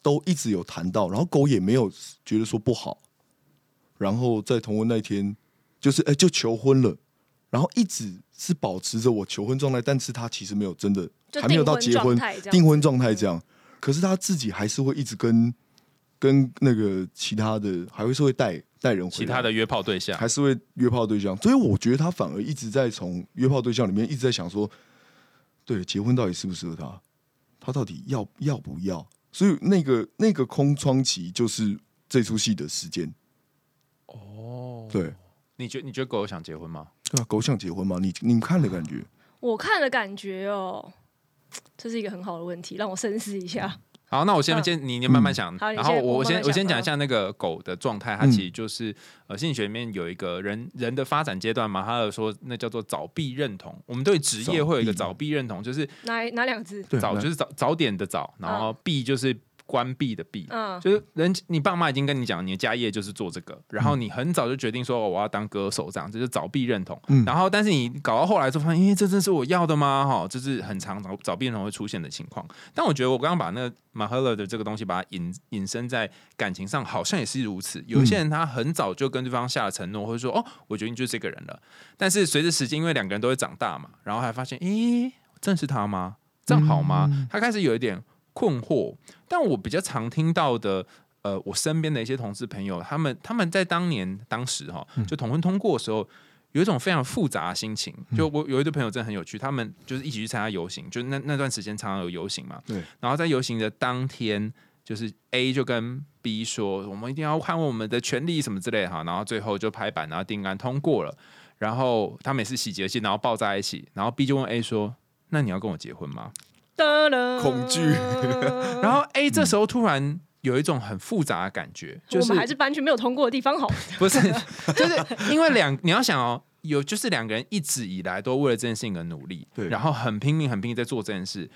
都一直有谈到，然后狗也没有觉得说不好，然后在同婚那天，就是哎、就求婚了，然后一直是保持着我求婚状态，但是他其实没有真的
就
还没有到
订
结
婚状
婚
态这样
订婚状态这样，可是他自己还是会一直跟跟那个其他的，还会是会带带人回来，
其他的约炮对象，
还是会约炮对象，所以我觉得他反而一直在从约炮对象里面一直在想说，对，结婚到底适不适合他，他到底要要不要？所以那个那个空窗期就是这出戏的时间。
哦，
对，
你觉你觉得狗有想结婚吗？
对啊，狗想结婚吗？你你看的感觉，
我看的感觉哦，这是一个很好的问题，让我深思一下。
好，那我先
嗯
先你你慢慢想，
好你
然后
先
我
我
我
慢
先
慢
我先
想
讲一
嗯
下那个狗的状态，它
嗯
其实就是呃心理学里面有一个人人的发展阶段嘛，它有说那叫做早必认同。我们对职业
早
会有一个
必
早必认同，就是
哪哪两个字？
对
早
那
就是早早点的早，然后闭就是关闭的闭，
嗯，
就是人你爸妈已经跟你讲，你的家业就是做这个，然后你很早就决定说哦我要当歌手这样，这就是早必认同。
嗯
然后但是你搞到后来就发现，哎、这真是我要的吗？哈，这是很常早早必认同会出现的情况。但我觉得我刚刚把那个马赫勒的这个东西，把它引引申在感情上，好像也是如此。有一些人他很早就跟对方下了承诺，或者说哦，我决定就是这个人了。但是随着时间，因为两个人都会长大嘛，然后还发现，诶、正是他吗？这样好吗？他开始有一点困惑。但我比较常听到的，呃，我身边的一些同事朋友，他们他们在当年当时哈，就同婚通过的时候。有一种非常复杂的心情，就我有一对朋友真的很有趣，他们就是一起去参加游行，就那那段时间常常有游行嘛，
对，
然后在游行的当天，就是 A 就跟 B 说，我们一定要捍卫我们的权利什么之类的哈，然后最后就拍板，然后定案通过了，然后他们也是喜结性，然后抱在一起，然后 B 就问 A 说，那你要跟我结婚吗？
哒啦
恐 惧
然后 A 这时候突然有一种很复杂的感觉，就
我
是
们还是搬去没有通过的地方好。
不是，就是因为两，你要想哦，有就是两个人一直以来都为了这件事情而努力，
对
然后很拼命、很拼命在做这件事，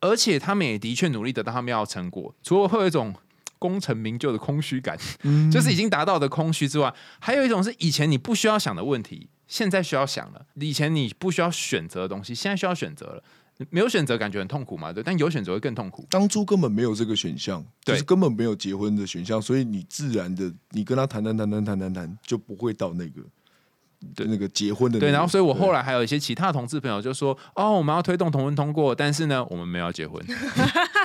而且他们也的确努力得到他们要的成果，除了会有一种。功成名就的空虚感， 就是已经达到的空虚之外，还有一种是以前你不需要想的问题，现在需要想了；以前你不需要选择的东西，现在需要选择了。没有选择感觉很痛苦嘛，对，但有选择会更痛苦。
当初根本没有这个选项，
对
就是根本没有结婚的选项，所以你自然的你跟他谈谈谈谈谈谈谈，就不会到那个
对
那个结婚的那个、
对，然后所以我
对
后来还有一些其他同志朋友就说，哦，我们要推动同婚通过，但是呢，我们没有要结 婚，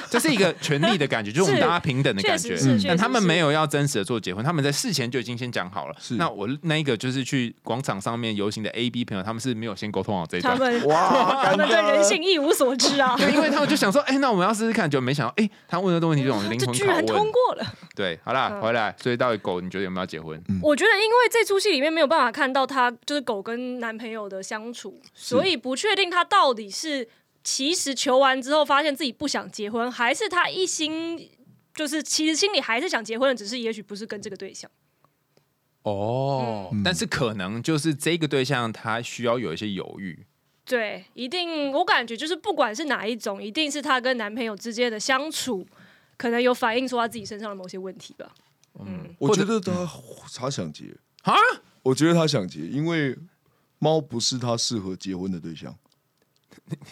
这是一个权利的感觉，就是我们大家平等的感觉嗯
确实是，确实
但他们
是
没有要真实的做结婚，他们在事前就已经先讲好了。
是
那我那一个就是去广场上面游行的 A、B 朋友，他们是没有先沟通好这一
他
段。
们
哇，
他
感
们对
人
人性一无所知啊。
对，因为他们就想说，哎、那我们要试试看，就没想到，哎、他问的东西这种 灵
这
魂
居然
拷
通
问。
过了！
对，好啦，
嗯
回来，所以到底狗，你觉得有没有要结婚？
嗯
我觉得，因为这出戏里面没有办法看到她就是狗跟男朋友的相处，所以不确定她到底是其实求完之后发现自己不想结婚，还是她一心就是其实心里还是想结婚的，只是也许不是跟这个对象。
哦，
嗯
但是可能就是这个对象他需要有一些犹豫，
对，一定，我感觉就是不管是哪一种，一定是她跟男朋友之间的相处，可能有反映出她自己身上的某些问题吧。
我
或
觉
者
得他他想结
啊，
我觉得他想结，因为猫不是他适合结婚的对象，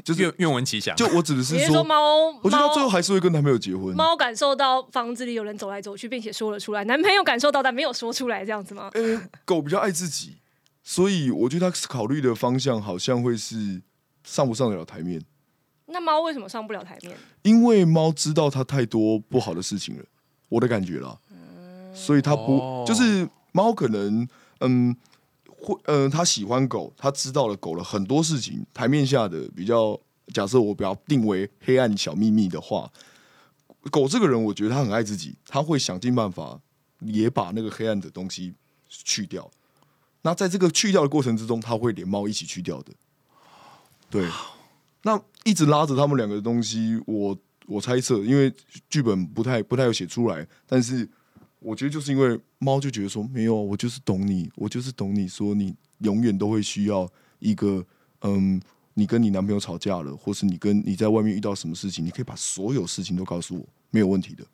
就
愿
是
愿闻其详。
就我指的
只
是
是说
说，
猫，
我觉得他最后
猫
还是会跟男朋友结婚。
猫感受到房子里有人走来走去，并且说了出来，男朋友感受到但没有说出来，这样子吗？
呃，狗比较爱自己，所以我觉得他考虑的方向好像会是上不上得了台面，
那猫为什么上不了台面？
因为猫知道它太多不好的事情了，我的感觉啦，所以它不、
哦
就是猫可能嗯。会，嗯，它喜欢狗，它知道了狗了很多事情。台面下的比较，假设我比较定为黑暗小秘密的话，狗这个人，我觉得它很爱自己，它会想尽办法也把那个黑暗的东西去掉。那在这个去掉的过程之中，它会连猫一起去掉的。对，那一直拉着他们两个的东西，我我猜测，因为剧本不太不太有写出来，但是我觉得就是因为猫就觉得说，没有啊，我就是懂你，我就是懂你说你永远都会需要一个，嗯，你跟你男朋友吵架了，或是你跟嗯你在外面遇到什么事情，你可以把所有事情都告诉我，没有问题的。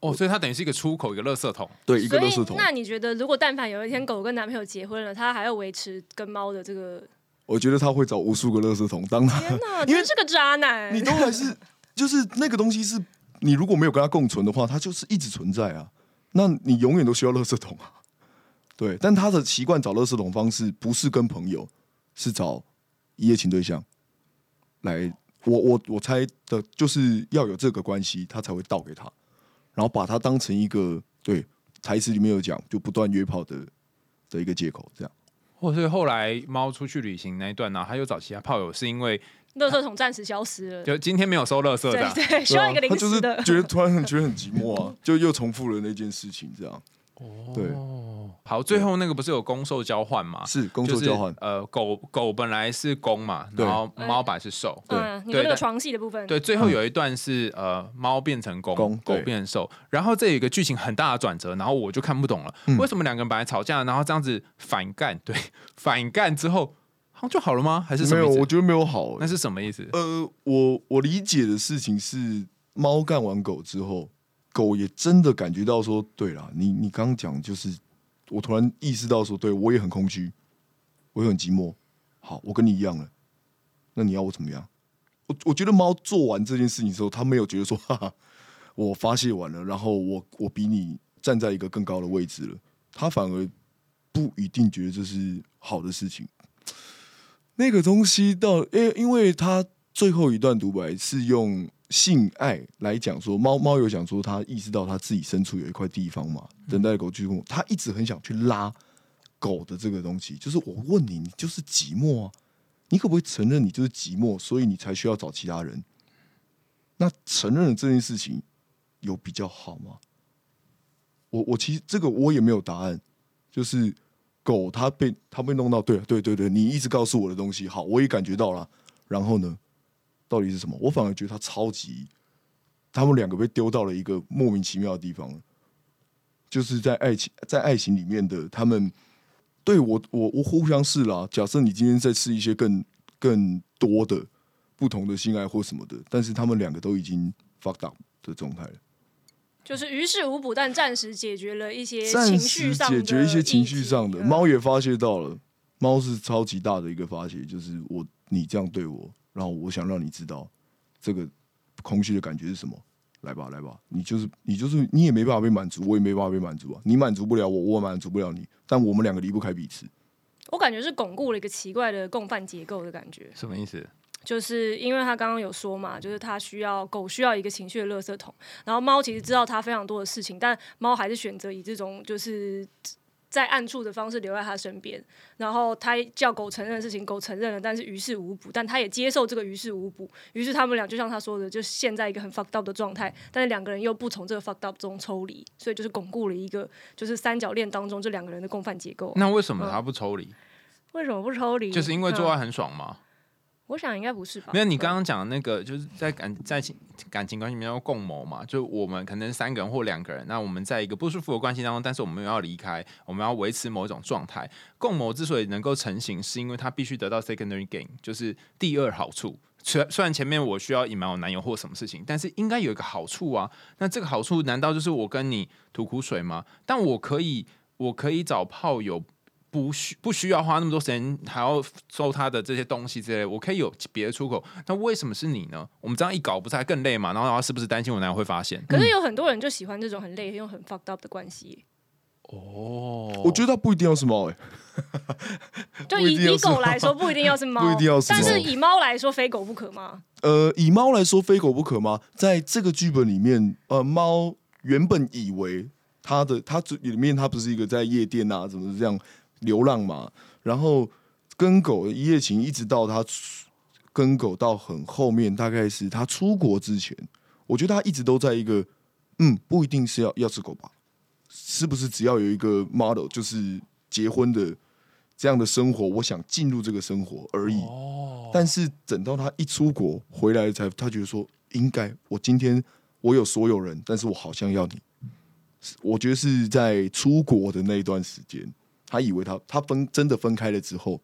哦，所以它等于是一个出口，一个垃圾桶。
对，一个
所
垃
以
圾，桶，
那你觉得，如果但凡有一天狗跟男朋友结婚了，它还要维持跟猫的这个？
我觉得他会找无数个垃圾桶当他，
天哪，
因为
真是个渣男
你！都还是就是那个东西是你如果没有跟它共存的话，它就是一直存在啊。那你永远都需要垃圾桶啊。对，但他的习惯找垃圾桶方式不是跟朋友，是找一夜情对象来。我我我猜的就是要有这个关系，他才会倒给他，然后把它当成一个对台词里面有讲，就不断约炮的的一个借口，这样。
或是哦后来猫出去旅行那一段呢、啊他又找其他炮友，是因为
垃圾桶暂时消失了。
就今天没有收垃圾的啊、
对对，需
对
要
啊，
一个
他
临
就
时
是
的。
觉得突然很觉得很寂寞啊，就又重复了那件事情，这样对
哦，好，最后那个不是有公兽交换吗？
是工
啊就
作
是
交换，
呃，狗狗本来是公嘛，
对
然后猫本来是兽。
对
嗯，你
对
们那个
但
床戏的部分，
对，最后有一段是呃，猫变成公，
公
狗
对
变成兽，然后这有一个剧情很大的转折，然后我就看不懂了，
嗯
为什么两个人本来吵架，然后这样子反干， 对，反干之后好像就好了吗？还是什
没
么
有，
意
我
思？
觉得没有好、
那是什么意思？
呃，我我理解的事情是，猫干完狗之后，狗也真的感觉到说，对了，你你刚刚讲就是，我突然意识到说，对我也很空虚，我也很寂寞。好，我跟你一样了，那你要我怎么样？我我觉得猫做完这件事情之后，它没有觉得说， 哈哈，我发泄完了，然后我我比你站在一个更高的位置了，它反而不一定觉得这是好的事情。那个东西到，因因为他最后一段独白是用性爱来讲说，猫猫有讲说他意识到他自己身处有一块地方嘛，等待狗去摸，他一直很想去拉狗的这个东西，就是我问你，你就是寂寞啊，你可不可以承认你就是寂寞，所以你才需要找其他人？那承认了这件事情有比较好吗？我我其实这个我也没有答案，就是狗它被它被弄到，对对对对，你一直告诉我的东西，好，我也感觉到了。然后呢，到底是什么？我反而觉得它超级，他们两个被丢到了一个莫名其妙的地方，就是在爱情在爱情里面的他们，对我我我互相试啦。假设你今天在试一些更更多的不同的性爱或什么的，但是他们两个都已经 fucked up 的状态了。
就是于事无补，但暂时解决了一些情
暂
绪
时
上
解决一些情绪
议题
上的。
嗯
猫也发泄到了，猫是超级大的一个发泄，就是我你这样对我，然后我想让你知道这个空虚的感觉是什么。来吧，来吧，你就是你就是你也没办法被满足，我也没办法被满足啊。你满足不了我，我也满足不了你，但我们两个离不开彼此。
我感觉是巩固了一个奇怪的共犯结构的感觉，
什么意思？
就是因为他刚刚有说嘛，就是他需要狗需要一个情绪的垃圾桶，然后猫其实知道他非常多的事情，但猫还是选择以这种就是。在暗处的方式留在他身边，然后他叫狗承认的事情，狗承认了，但是于事无补，但他也接受这个于事无补，于是他们俩就像他说的，就陷在一个很 fucked up 的状态，但是两个人又不从这个 fucked up 中抽离，所以就是巩固了一个就是三角恋当中这两个人的共犯结构。
那为什么他不抽离？
为什么不抽离？
就是因为
嗯
做爱很爽吗？
我想应该不是吧？啊
没有，你刚刚讲的那个就是在感在情感情关系里面要共谋嘛，就我们可能三个人或两个人，那我们在一个不舒服的关系当中，但是我们又要离开，我们要维持某一种状态。共谋之所以能够成型，是因为它必须得到 secondary gain，就是第二好处。虽虽然前面我需要隐瞒我男友或什么事情，但是应该有一个好处啊。那这个好处难道就是我跟你吐苦水吗？但我可以，我可以找炮友，不需不需要花那么多时间，还要收他的这些东西之类的，我可以有别的出口。那为什么是你呢？我们这样一搞，不是还更累嘛？然后，然后是不是担心我男友会发现？
嗯
可是有很多人就喜欢这种很累又很 fucked up 的关 系，
哦，
我觉得它不一定要是猫、欸，
就
不
以
一定要
以
是猫
狗来说不一定要是猫，
不一定要是猫
但是以猫来说非狗不可吗？
呃，以猫来说，非狗不可吗？在这个剧本里面，呃，猫原本以为它的它这里面它不是一个在夜店啊，怎么这样流浪嘛？然后跟狗一夜情，一直到它出跟狗到很后面，大概是它出国之前，我觉得它一直都在一个，嗯，不一定是要要是狗吧，是不是只要有一个 model 就是结婚的这样的生活，我想进入这个生活而已。
哦，
但是等到他一出国回来才，他觉得说应该，我今天我有所有人，但是我好像要你。是我觉得是在出国的那一段时间，他以为他他分真的分开了之后，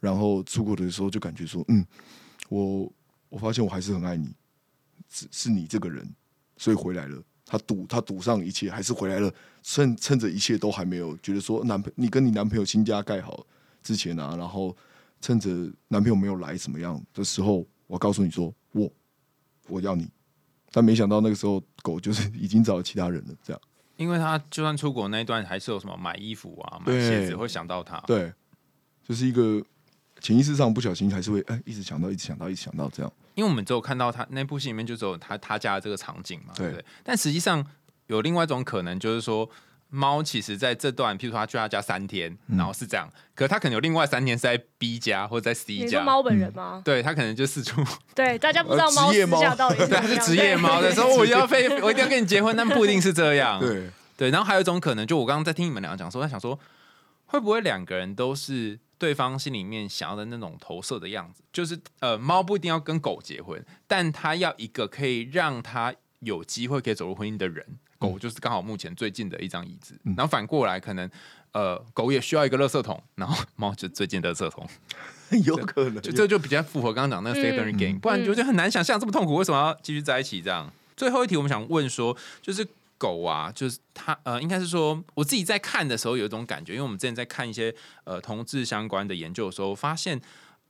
然后出国的时候就感觉说，嗯，我我发现我还是很爱你，是是你这个人，所以回来了。他赌他赌上一切，还是回来了。趁趁着一切都还没有，觉得说哦男朋你跟你男朋友新家盖好之前啊，然后趁着男朋友没有来怎么样的时候，我告诉你说，我我要你，但没想到那个时候狗就是已经找了其他人了，这样
因为他就算出国那一段，还是有什么买衣服啊、买
对
鞋子会想到他。
对，就是一个潜意识上不小心还是会哎一直想到，一直想到，一直想到这样。
因为我们只有看到他那部戏里面就只有他他家的这个场景嘛，
对
对不对？但实际上有另外一种可能，就是说猫其实在这段，譬如说他去他家三天，
嗯
然后是这样，可他可能有另外三天是在 B 家或者在 C
你说
家。
猫本人吗？
对他可能就四 处，
对，大家不知
嗯呃
道
职
猫
业
私下
猫
到底是
对， 他
怎
是
样
职业猫的，说哦我要非我一定要跟你结婚，但不一定是这样。
对，
对，然后还有一种可能，就我刚刚在听你们两个讲说，在想说，会不会两个人都是对方心里面想要的那种投射的样子？就是呃，猫不一定要跟狗结婚，但它要一个可以让它有机会可以走入婚姻的人。狗就是刚好目前最近的一张椅子，然后反过来可能呃，狗也需要一个垃圾桶，然后猫就最近的垃圾桶，
有可能
就这就比较符合刚刚讲那个 secondary
嗯
gain，、不然就就很难想象这么痛苦，为什么要继续在一起这样？最后一题，我们想问说，就是狗啊，就是它呃，应该是说我自己在看的时候有一种感觉，因为我们之前在看一些呃同志相关的研究的时候，发现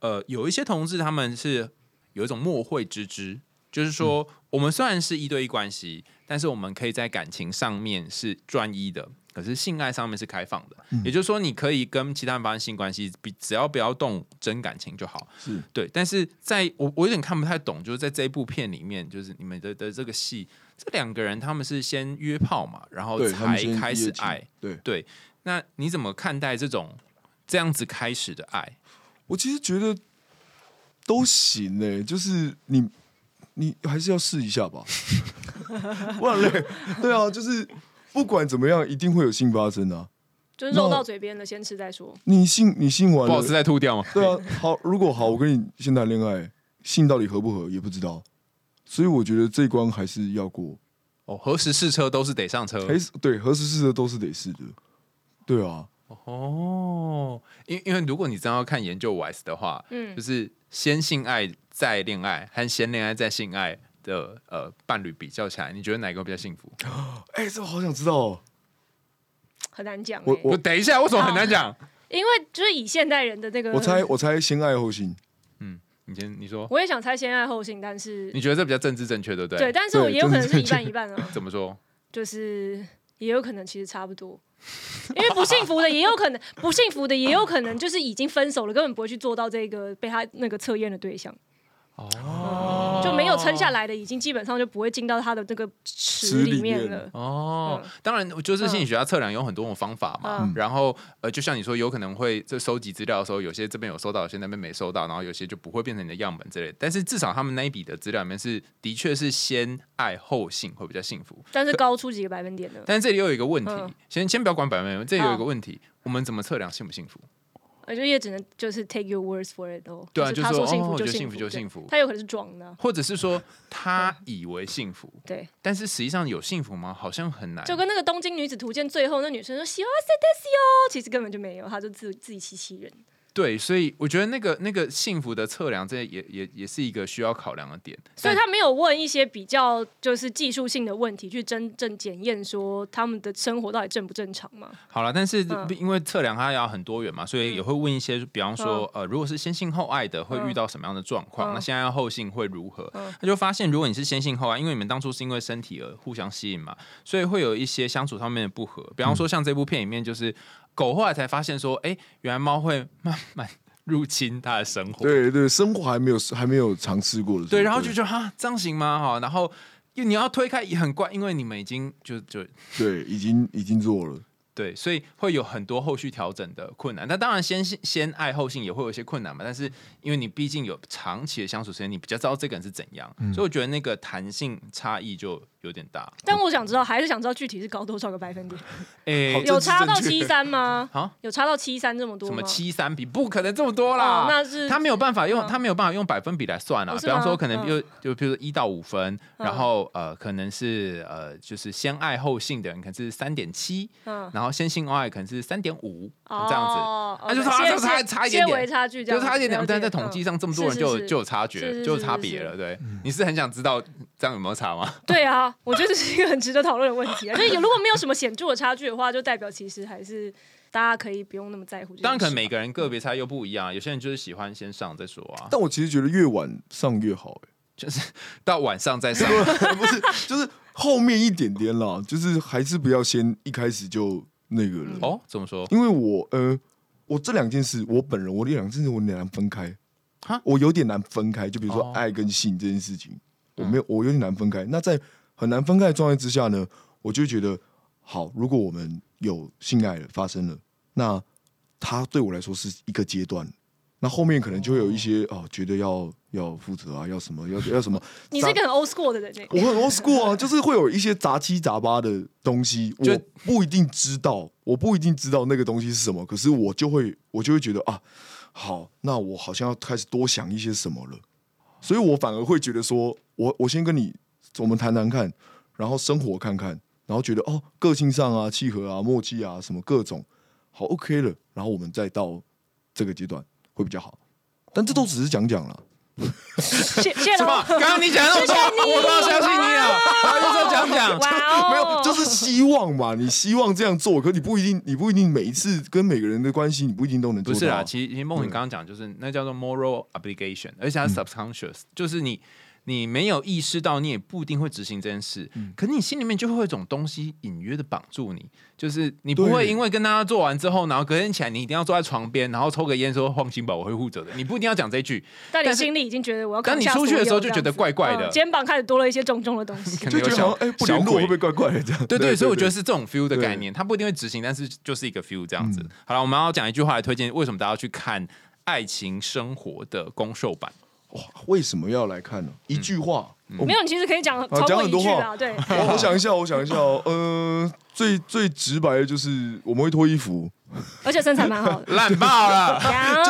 呃有一些同志他们是有一种默会之知，就是说、我们虽然是一对一关系，但是我们可以在感情上面是专一的。可是性爱上面是开放的，也就是说，你可以跟其他人发生性关系，比只要不要动真感情就好。
是
对，但是在我我有点看不太懂，就是在这一部片里面，就是你们的的这个戏，这两个人他们是先约炮嘛，然后
对，
才
他们先
开
一夜
始
情
爱。。
对
对，那你怎么看待这种这样子开始的爱？
我其实觉得都行诶、就是你你还是要试一 下吧，忘了。对啊，就是不管怎么样，一定会有性发生啊。
就是肉到嘴边了，先吃再说。
你性你性完
不好
了
吃，再吐掉吗？
对啊，好，如果好，我跟你先谈恋爱，性到底合不合也不知道，所以我觉得这一关还是要过，
哦，何时试车都是得上车
还。是对合适试的都是得试的，对啊，
哦，因因为如果你真要看研究 wise 的话，
嗯
就是先性爱再恋爱和先恋爱再性爱的呃伴侣比较起来，你觉得哪个比较幸福？
哎、这我好想知道、哦，
很难讲、欸。欸
我
我等一下，为什么很难讲？
因为就是以现代人的那个，
我猜我猜先爱后性，
你先你说。
我也想猜先爱后性，但是
你觉得这比较政治正确，对不对？
对，但是我
对
也有可能是
真
一
的
半一半啊，
怎么说？
就是也有可能其实差不多。因为不幸福的也有可能，不幸福的也有可能就是已经分手了，根本不会去做到这个被他那个测验的对象，
哦
就没有撑下来的，已经基本上就不会进到他的那个
池
池
里
里面
面
了。
哦
嗯，
当然，就是心理学家测量有很多种方法嘛。
嗯
然后，呃，就像你说，有可能会这收集资料的时候，有些这边有收到，有些那边没收到，然后有些就不会变成你的样本之类的。但是至少他们那一笔的资料里面是，的确是先爱后性会比较幸福。
但是高出几个百分点的，
但是这里又有一个问题，
嗯
先先不要管百分百，这里有一个
好
问题，我们怎么测量幸不幸福？
我觉得也只能就是 take your words for it 哦。
对啊
就
就
他
说
说幸
哦
福
我觉得幸
幸
福就
对
幸福
他有可能是装的啊，
或者是说他以为幸福，
对，
但是实际上有幸福吗？好像很难。
就跟那个《东京女子图鉴》最后那女生说喜欢 s e t 哦，其实根本就没有，她就自自己欺欺人。
对，所以我觉得那个那个幸福的测量，这也也也是一个需要考量的点。
所以他没有问一些比较就是技术性的问题，去真正检验说他们的生活到底正不正常嘛？
好了，但是
嗯
因为测量它要很多元嘛，所以也会问一些，比方说，呃，如果是先性后爱的，会遇到什么样的状况？
嗯
那现在要后性会如何？他就发现，如果你是先性后爱，因为你们当初是因为身体而互相吸引嘛，所以会有一些相处上面的不合。比方说，像这部片里面就是狗后来才发现说，哎、原来猫会慢慢 入侵它的生活。
对对，生活还没有还没有尝试过的时候，
对，然后就觉得哈，这样行吗？哈，然后你要推开也很怪，因为你们已经就就
对已经已经做了，
对，所以会有很多后续调整的困难。那当然先性先爱后性也会有一些困难嘛，但是因为你毕竟有长期的相处时间，你比较知道这个人是怎样，所以我觉得那个弹性差异就有点大。
但我想知道，还是想知道具体是高多少个百 分点？
诶、
有差到七三吗？
啊，
有差到七三这么多
什
吗？
么七三比不可能这么多啦，
哦那是嗯
他没有办法用他没有办法用百分比来算啊，
哦是
比方说
吗
可能
嗯
就就比如说一到五分，
嗯
然后呃可能是呃就是先爱后性的人可能是三点七，
嗯，
然后先性后爱可能是三点五这样子，
哦
那就
，OK，
差
些
就差差一点
些
点
微差距
就
这样
是
子，
差一点点，
了解
但在统计上这么多人
嗯
就有
是是
就有察觉，
是是
就有
是
差
是
别了。
是
对，你是很想知道这样有没有差吗？
对啊，我觉得这是一个很值得讨论的问 题啊。就是有如果没有什么显著的差距的话，就代表其实还是大家可以不用那么在乎这件事。。
当然，可能每个人个别差又不一样，有些人就是喜欢先上再说啊。
但我其实觉得越晚上越好、欸，
到晚上再上。
不是，就是后面一点点啦，就是还是不要先一开始就那个了，
哦，怎么说？
因为我呃，我这两件事，我本人我这两件事我有点难分开
哈，
我有点难分开，就比如
哦嗯
说爱跟性这件事情，我没有，我有点难分开。那在很难分开的状态之下呢，我就会觉得，好，如果我们有性爱了发生了，那它对我来说是一个阶段。那后面可能就会有一些哦，觉得要要负责啊，要什么，要要什么
你是一个很 old school 的人欸，
我很 old school 啊， 就是会有一些杂七杂八的东西，
就
我不一定知道，我不一定知道那个东西是什么，可是我就会我就会觉得啊，好，那我好像要开始多想一些什么了，所以我反而会觉得说，我我先跟你我们谈谈看，然后生活看看，然后觉得哦，个性上啊、契合啊、默契啊什么各种好 OK 了，然后我们再到这个阶段会比较好，但这都只是讲讲了。
谢谢
什么？
喽。
刚刚你啊讲那么多，我都要相信你了。好，就说讲讲。
哇哦，
没有，就是希望嘛，你希望这样做，可你不一定，你不一定每一次跟每个人的关系，你不一定都能做
不
到。
是啦，其实其实梦你刚刚讲就是那叫做 moral obligation，而且它是 subconscious，、就是你你没有意识到，你也不一定会执行这件事，可你心里面就会有一种东西隐约的绑住你，就是你不
对
会因为跟大家做完之后，然后隔天起来你一定要坐在床边，然后抽个烟说放心吧，我会护着的，你不一定要讲这句，
但你
但是
心里已经觉得我要
当
扛
你
下所
出
有
去的
这样子。
时候就觉得怪怪的
嗯肩膀开始多了一些重重的东西。
可
就
能有
觉得好像
小
哎、不
小
联络会
鬼
不会怪怪的这样？
对对，所以我觉得
对
是这种 feel 的概
对嗯
念，它不一定会执行，但是就是一个 feel 这样子。好了，我们要讲一句话来推荐为什么大家要去看《爱情生活》的公售 版。
哇，为什么要来看呢？
嗯
一句话，我
没有，你其实可以讲
讲
哦
超过一
很多
句
话
啦，对。
我我想一下，我想一下哦，呃，最最直白的就是我们会脱衣服，
而且身材 蛮好的。
烂爆了！
就
然后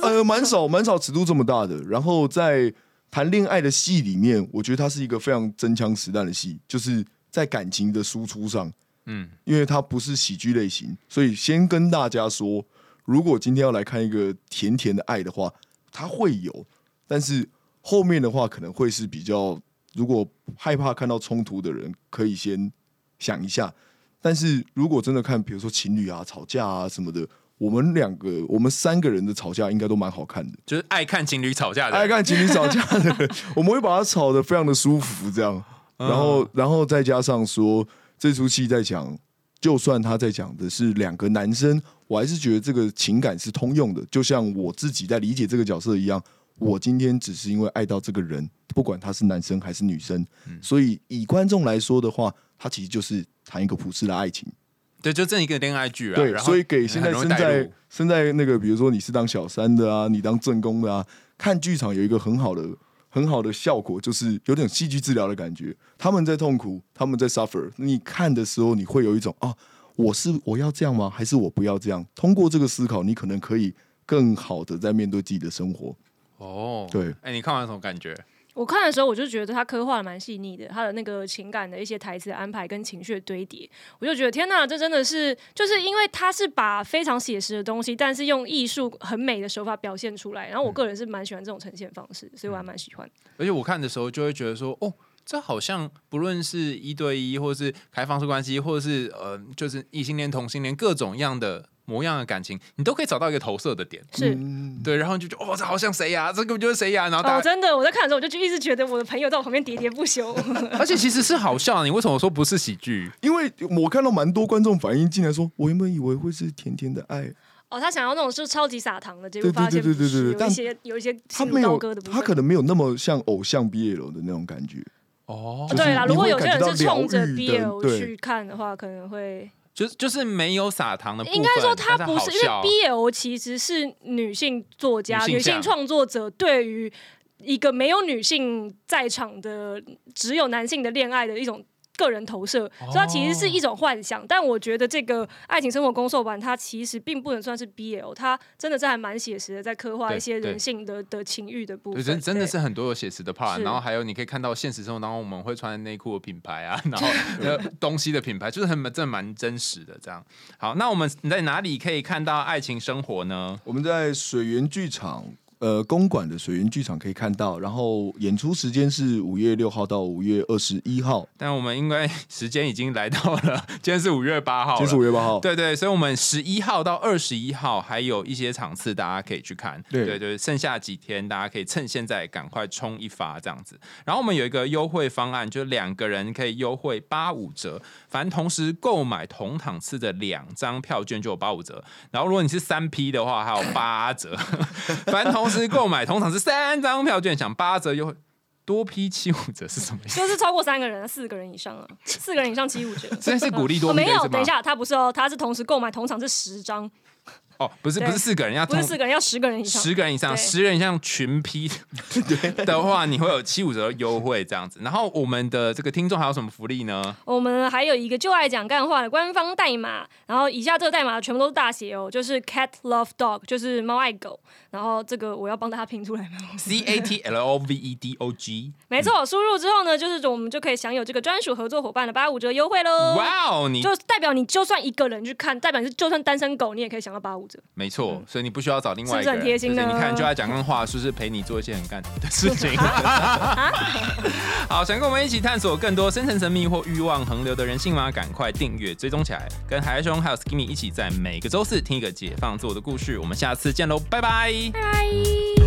是呃蛮少蛮少尺度这么大的，然后在谈恋爱的戏里面，我觉得它是一个非常真枪实弹的戏，就是在感情的输出上，
嗯，
因为它不是喜剧类型，所以先跟大家说，如果今天要来看一个甜甜的爱的话，它会有，但是后面的话可能会是比较，如果害怕看到冲突的人，可以先想一下。但是如果真的看，比如说情侣啊、吵架啊什么的，我们两个、我们三个人的吵架应该都蛮好看的。
就是爱看情侣吵架的人，
爱看情侣吵架的 人，我们会把它吵得非常的舒服，这样，然后，然后再加上说，这出戏在讲，就算他在讲的是两个男生，我还是觉得这个情感是通用的，就像我自己在理解这个角色一样，我今天只是因为爱到这个人，不管他是男生还是女生，所以以观众来说的话，他其实就是谈一个普世的爱情。
对，就这一个恋爱剧啊。
对，
然后
所以给现
很
在
容易
身
带
在
入
身在那个，比如说你是当小三的啊，你当正宫的啊，看剧场有一个很好的很好的效果，就是有点戏剧治疗的感觉。他们在痛苦，他们在 suffer，你看的时候你会有一种啊，我是我要这样吗？还是我不要这样？通过这个思考，你可能可以更好的在面对自己的生活。
哦，
对
哎，你看完什么感觉？
我看的时候，我就觉得他刻画的蛮细腻的，他的那个情感的一些台词安排跟情绪的堆叠，我就觉得天哪，这真的是就是因为他是把非常写实的东西，但是用艺术很美的手法表现出来。然后我个人是蛮喜欢这种呈现方
嗯
式，所以我还蛮喜欢。
而且我看的时候就会觉得说，哦，这好像不论是一对一，或是开放式关系，或是呃，就是异性恋、同性恋各种样的模样的感情，你都可以找到一个投射的点。
是、
嗯，
对，然后你就觉得哦，这好像谁呀、这根本就是谁呀、然后大
哦，
家
真的，我在看的时候我就一直觉得我的朋友在我旁边喋喋不休。
而且其实是好笑、啊，你为什么说不是喜剧？
因为我看到蛮多观众反映进来说，我原本以为会是甜甜的爱，
哦，他想要那种是超级撒糖的，结果
对对
发现
对
不
对对
是
对
有一
但
些有一些
他
心
没
如刀
有
割的，部分。
他可能没有那么像偶像 BL 的那种感觉。
哦
啊
就是
对啦，
你
如果
会
有些
感
人
觉到
是冲着
疗
BL
愈的对
去看的话，可能会
就是就是没有撒糖的部分，
应该说它
但
不
好
是，因为
笑
BL 其实是女性作家、
女性
女
向
性创作者对于一个没有女性在场的、只有男性的恋爱的一种。个人投射，
哦
所以它其实是一种幻想。但我觉得这个《爱情生活公售版》它其实并不能算是 BL，它真的是还蛮写实的，在刻画
对
一些
对
人性的的情欲的部
对，
分。
真真的
对
是很多有写实的 part，
是
然后还有你可以看到现实生活当中我们会穿的内裤的品牌 啊，然后呃东西的品牌，就是很蛮真的蛮真实的这样。好，那我们你在哪里可以看到爱情生活呢？
我们在水源剧场呃公馆的水源剧场可以看到，然后演出时间是五月六号到五月二十一号，
但我们应该时间已经来到了，今天是五月八号
今
了
天是五月八号，
对对，所以我们十一号到二十一号还有一些场次，大家可以去看。
对
对对，剩下几天大家可以趁现在赶快冲一发这样子。然后我们有一个优惠方案，就两个人可以优惠八五折，凡同时购买同场次的两张票券就有八五折。然后如果你是三 P 的话，还有八折。 凡同时购买同场次三张票券，享八折优惠。多批七五折是什么意思？
就是超过三个人，四个人以 上啊，四个人以上七五折。
这是鼓励多
哦，
批的
没
意思
有，
吗
等一下，他不是哦，他是同时购买同场是十张，
哦，不是不
对
是四个人，要
不
同
是四个人，要十个人以上。
十个人以上，
对
十人以上群批的话，你会有七五折优惠这样子。然后我们的这个听众还有什么福利呢？
我们还有一个就爱讲干话的官方代码，然后以下这个代码全部都是大写哦，就是 cat love dog，就是猫爱狗。然后这个我要帮大家拼出来吗？
C A T L O V E D O G，
没错，输入之后呢，就是我们就可以享有这个专属合作伙伴的八五折优惠喽。
哇哦，你
呃就代表你就算一个人去看，代表你就算单身狗，你也可以享到八五折。
没错，所以你不需要找另外一
嗯
个
是不是
人，
很贴心呢
就是你看，就要讲跟话术是陪你做一些很干的事 情。
啊
好，想跟我们一起探索更多深层神秘或欲望横流的人性吗？赶快订阅追踪起来，跟海苔兄还有 Skimmy 一起在每个周四听一个解放自我的故事。我们下次见喽，拜拜。
拜。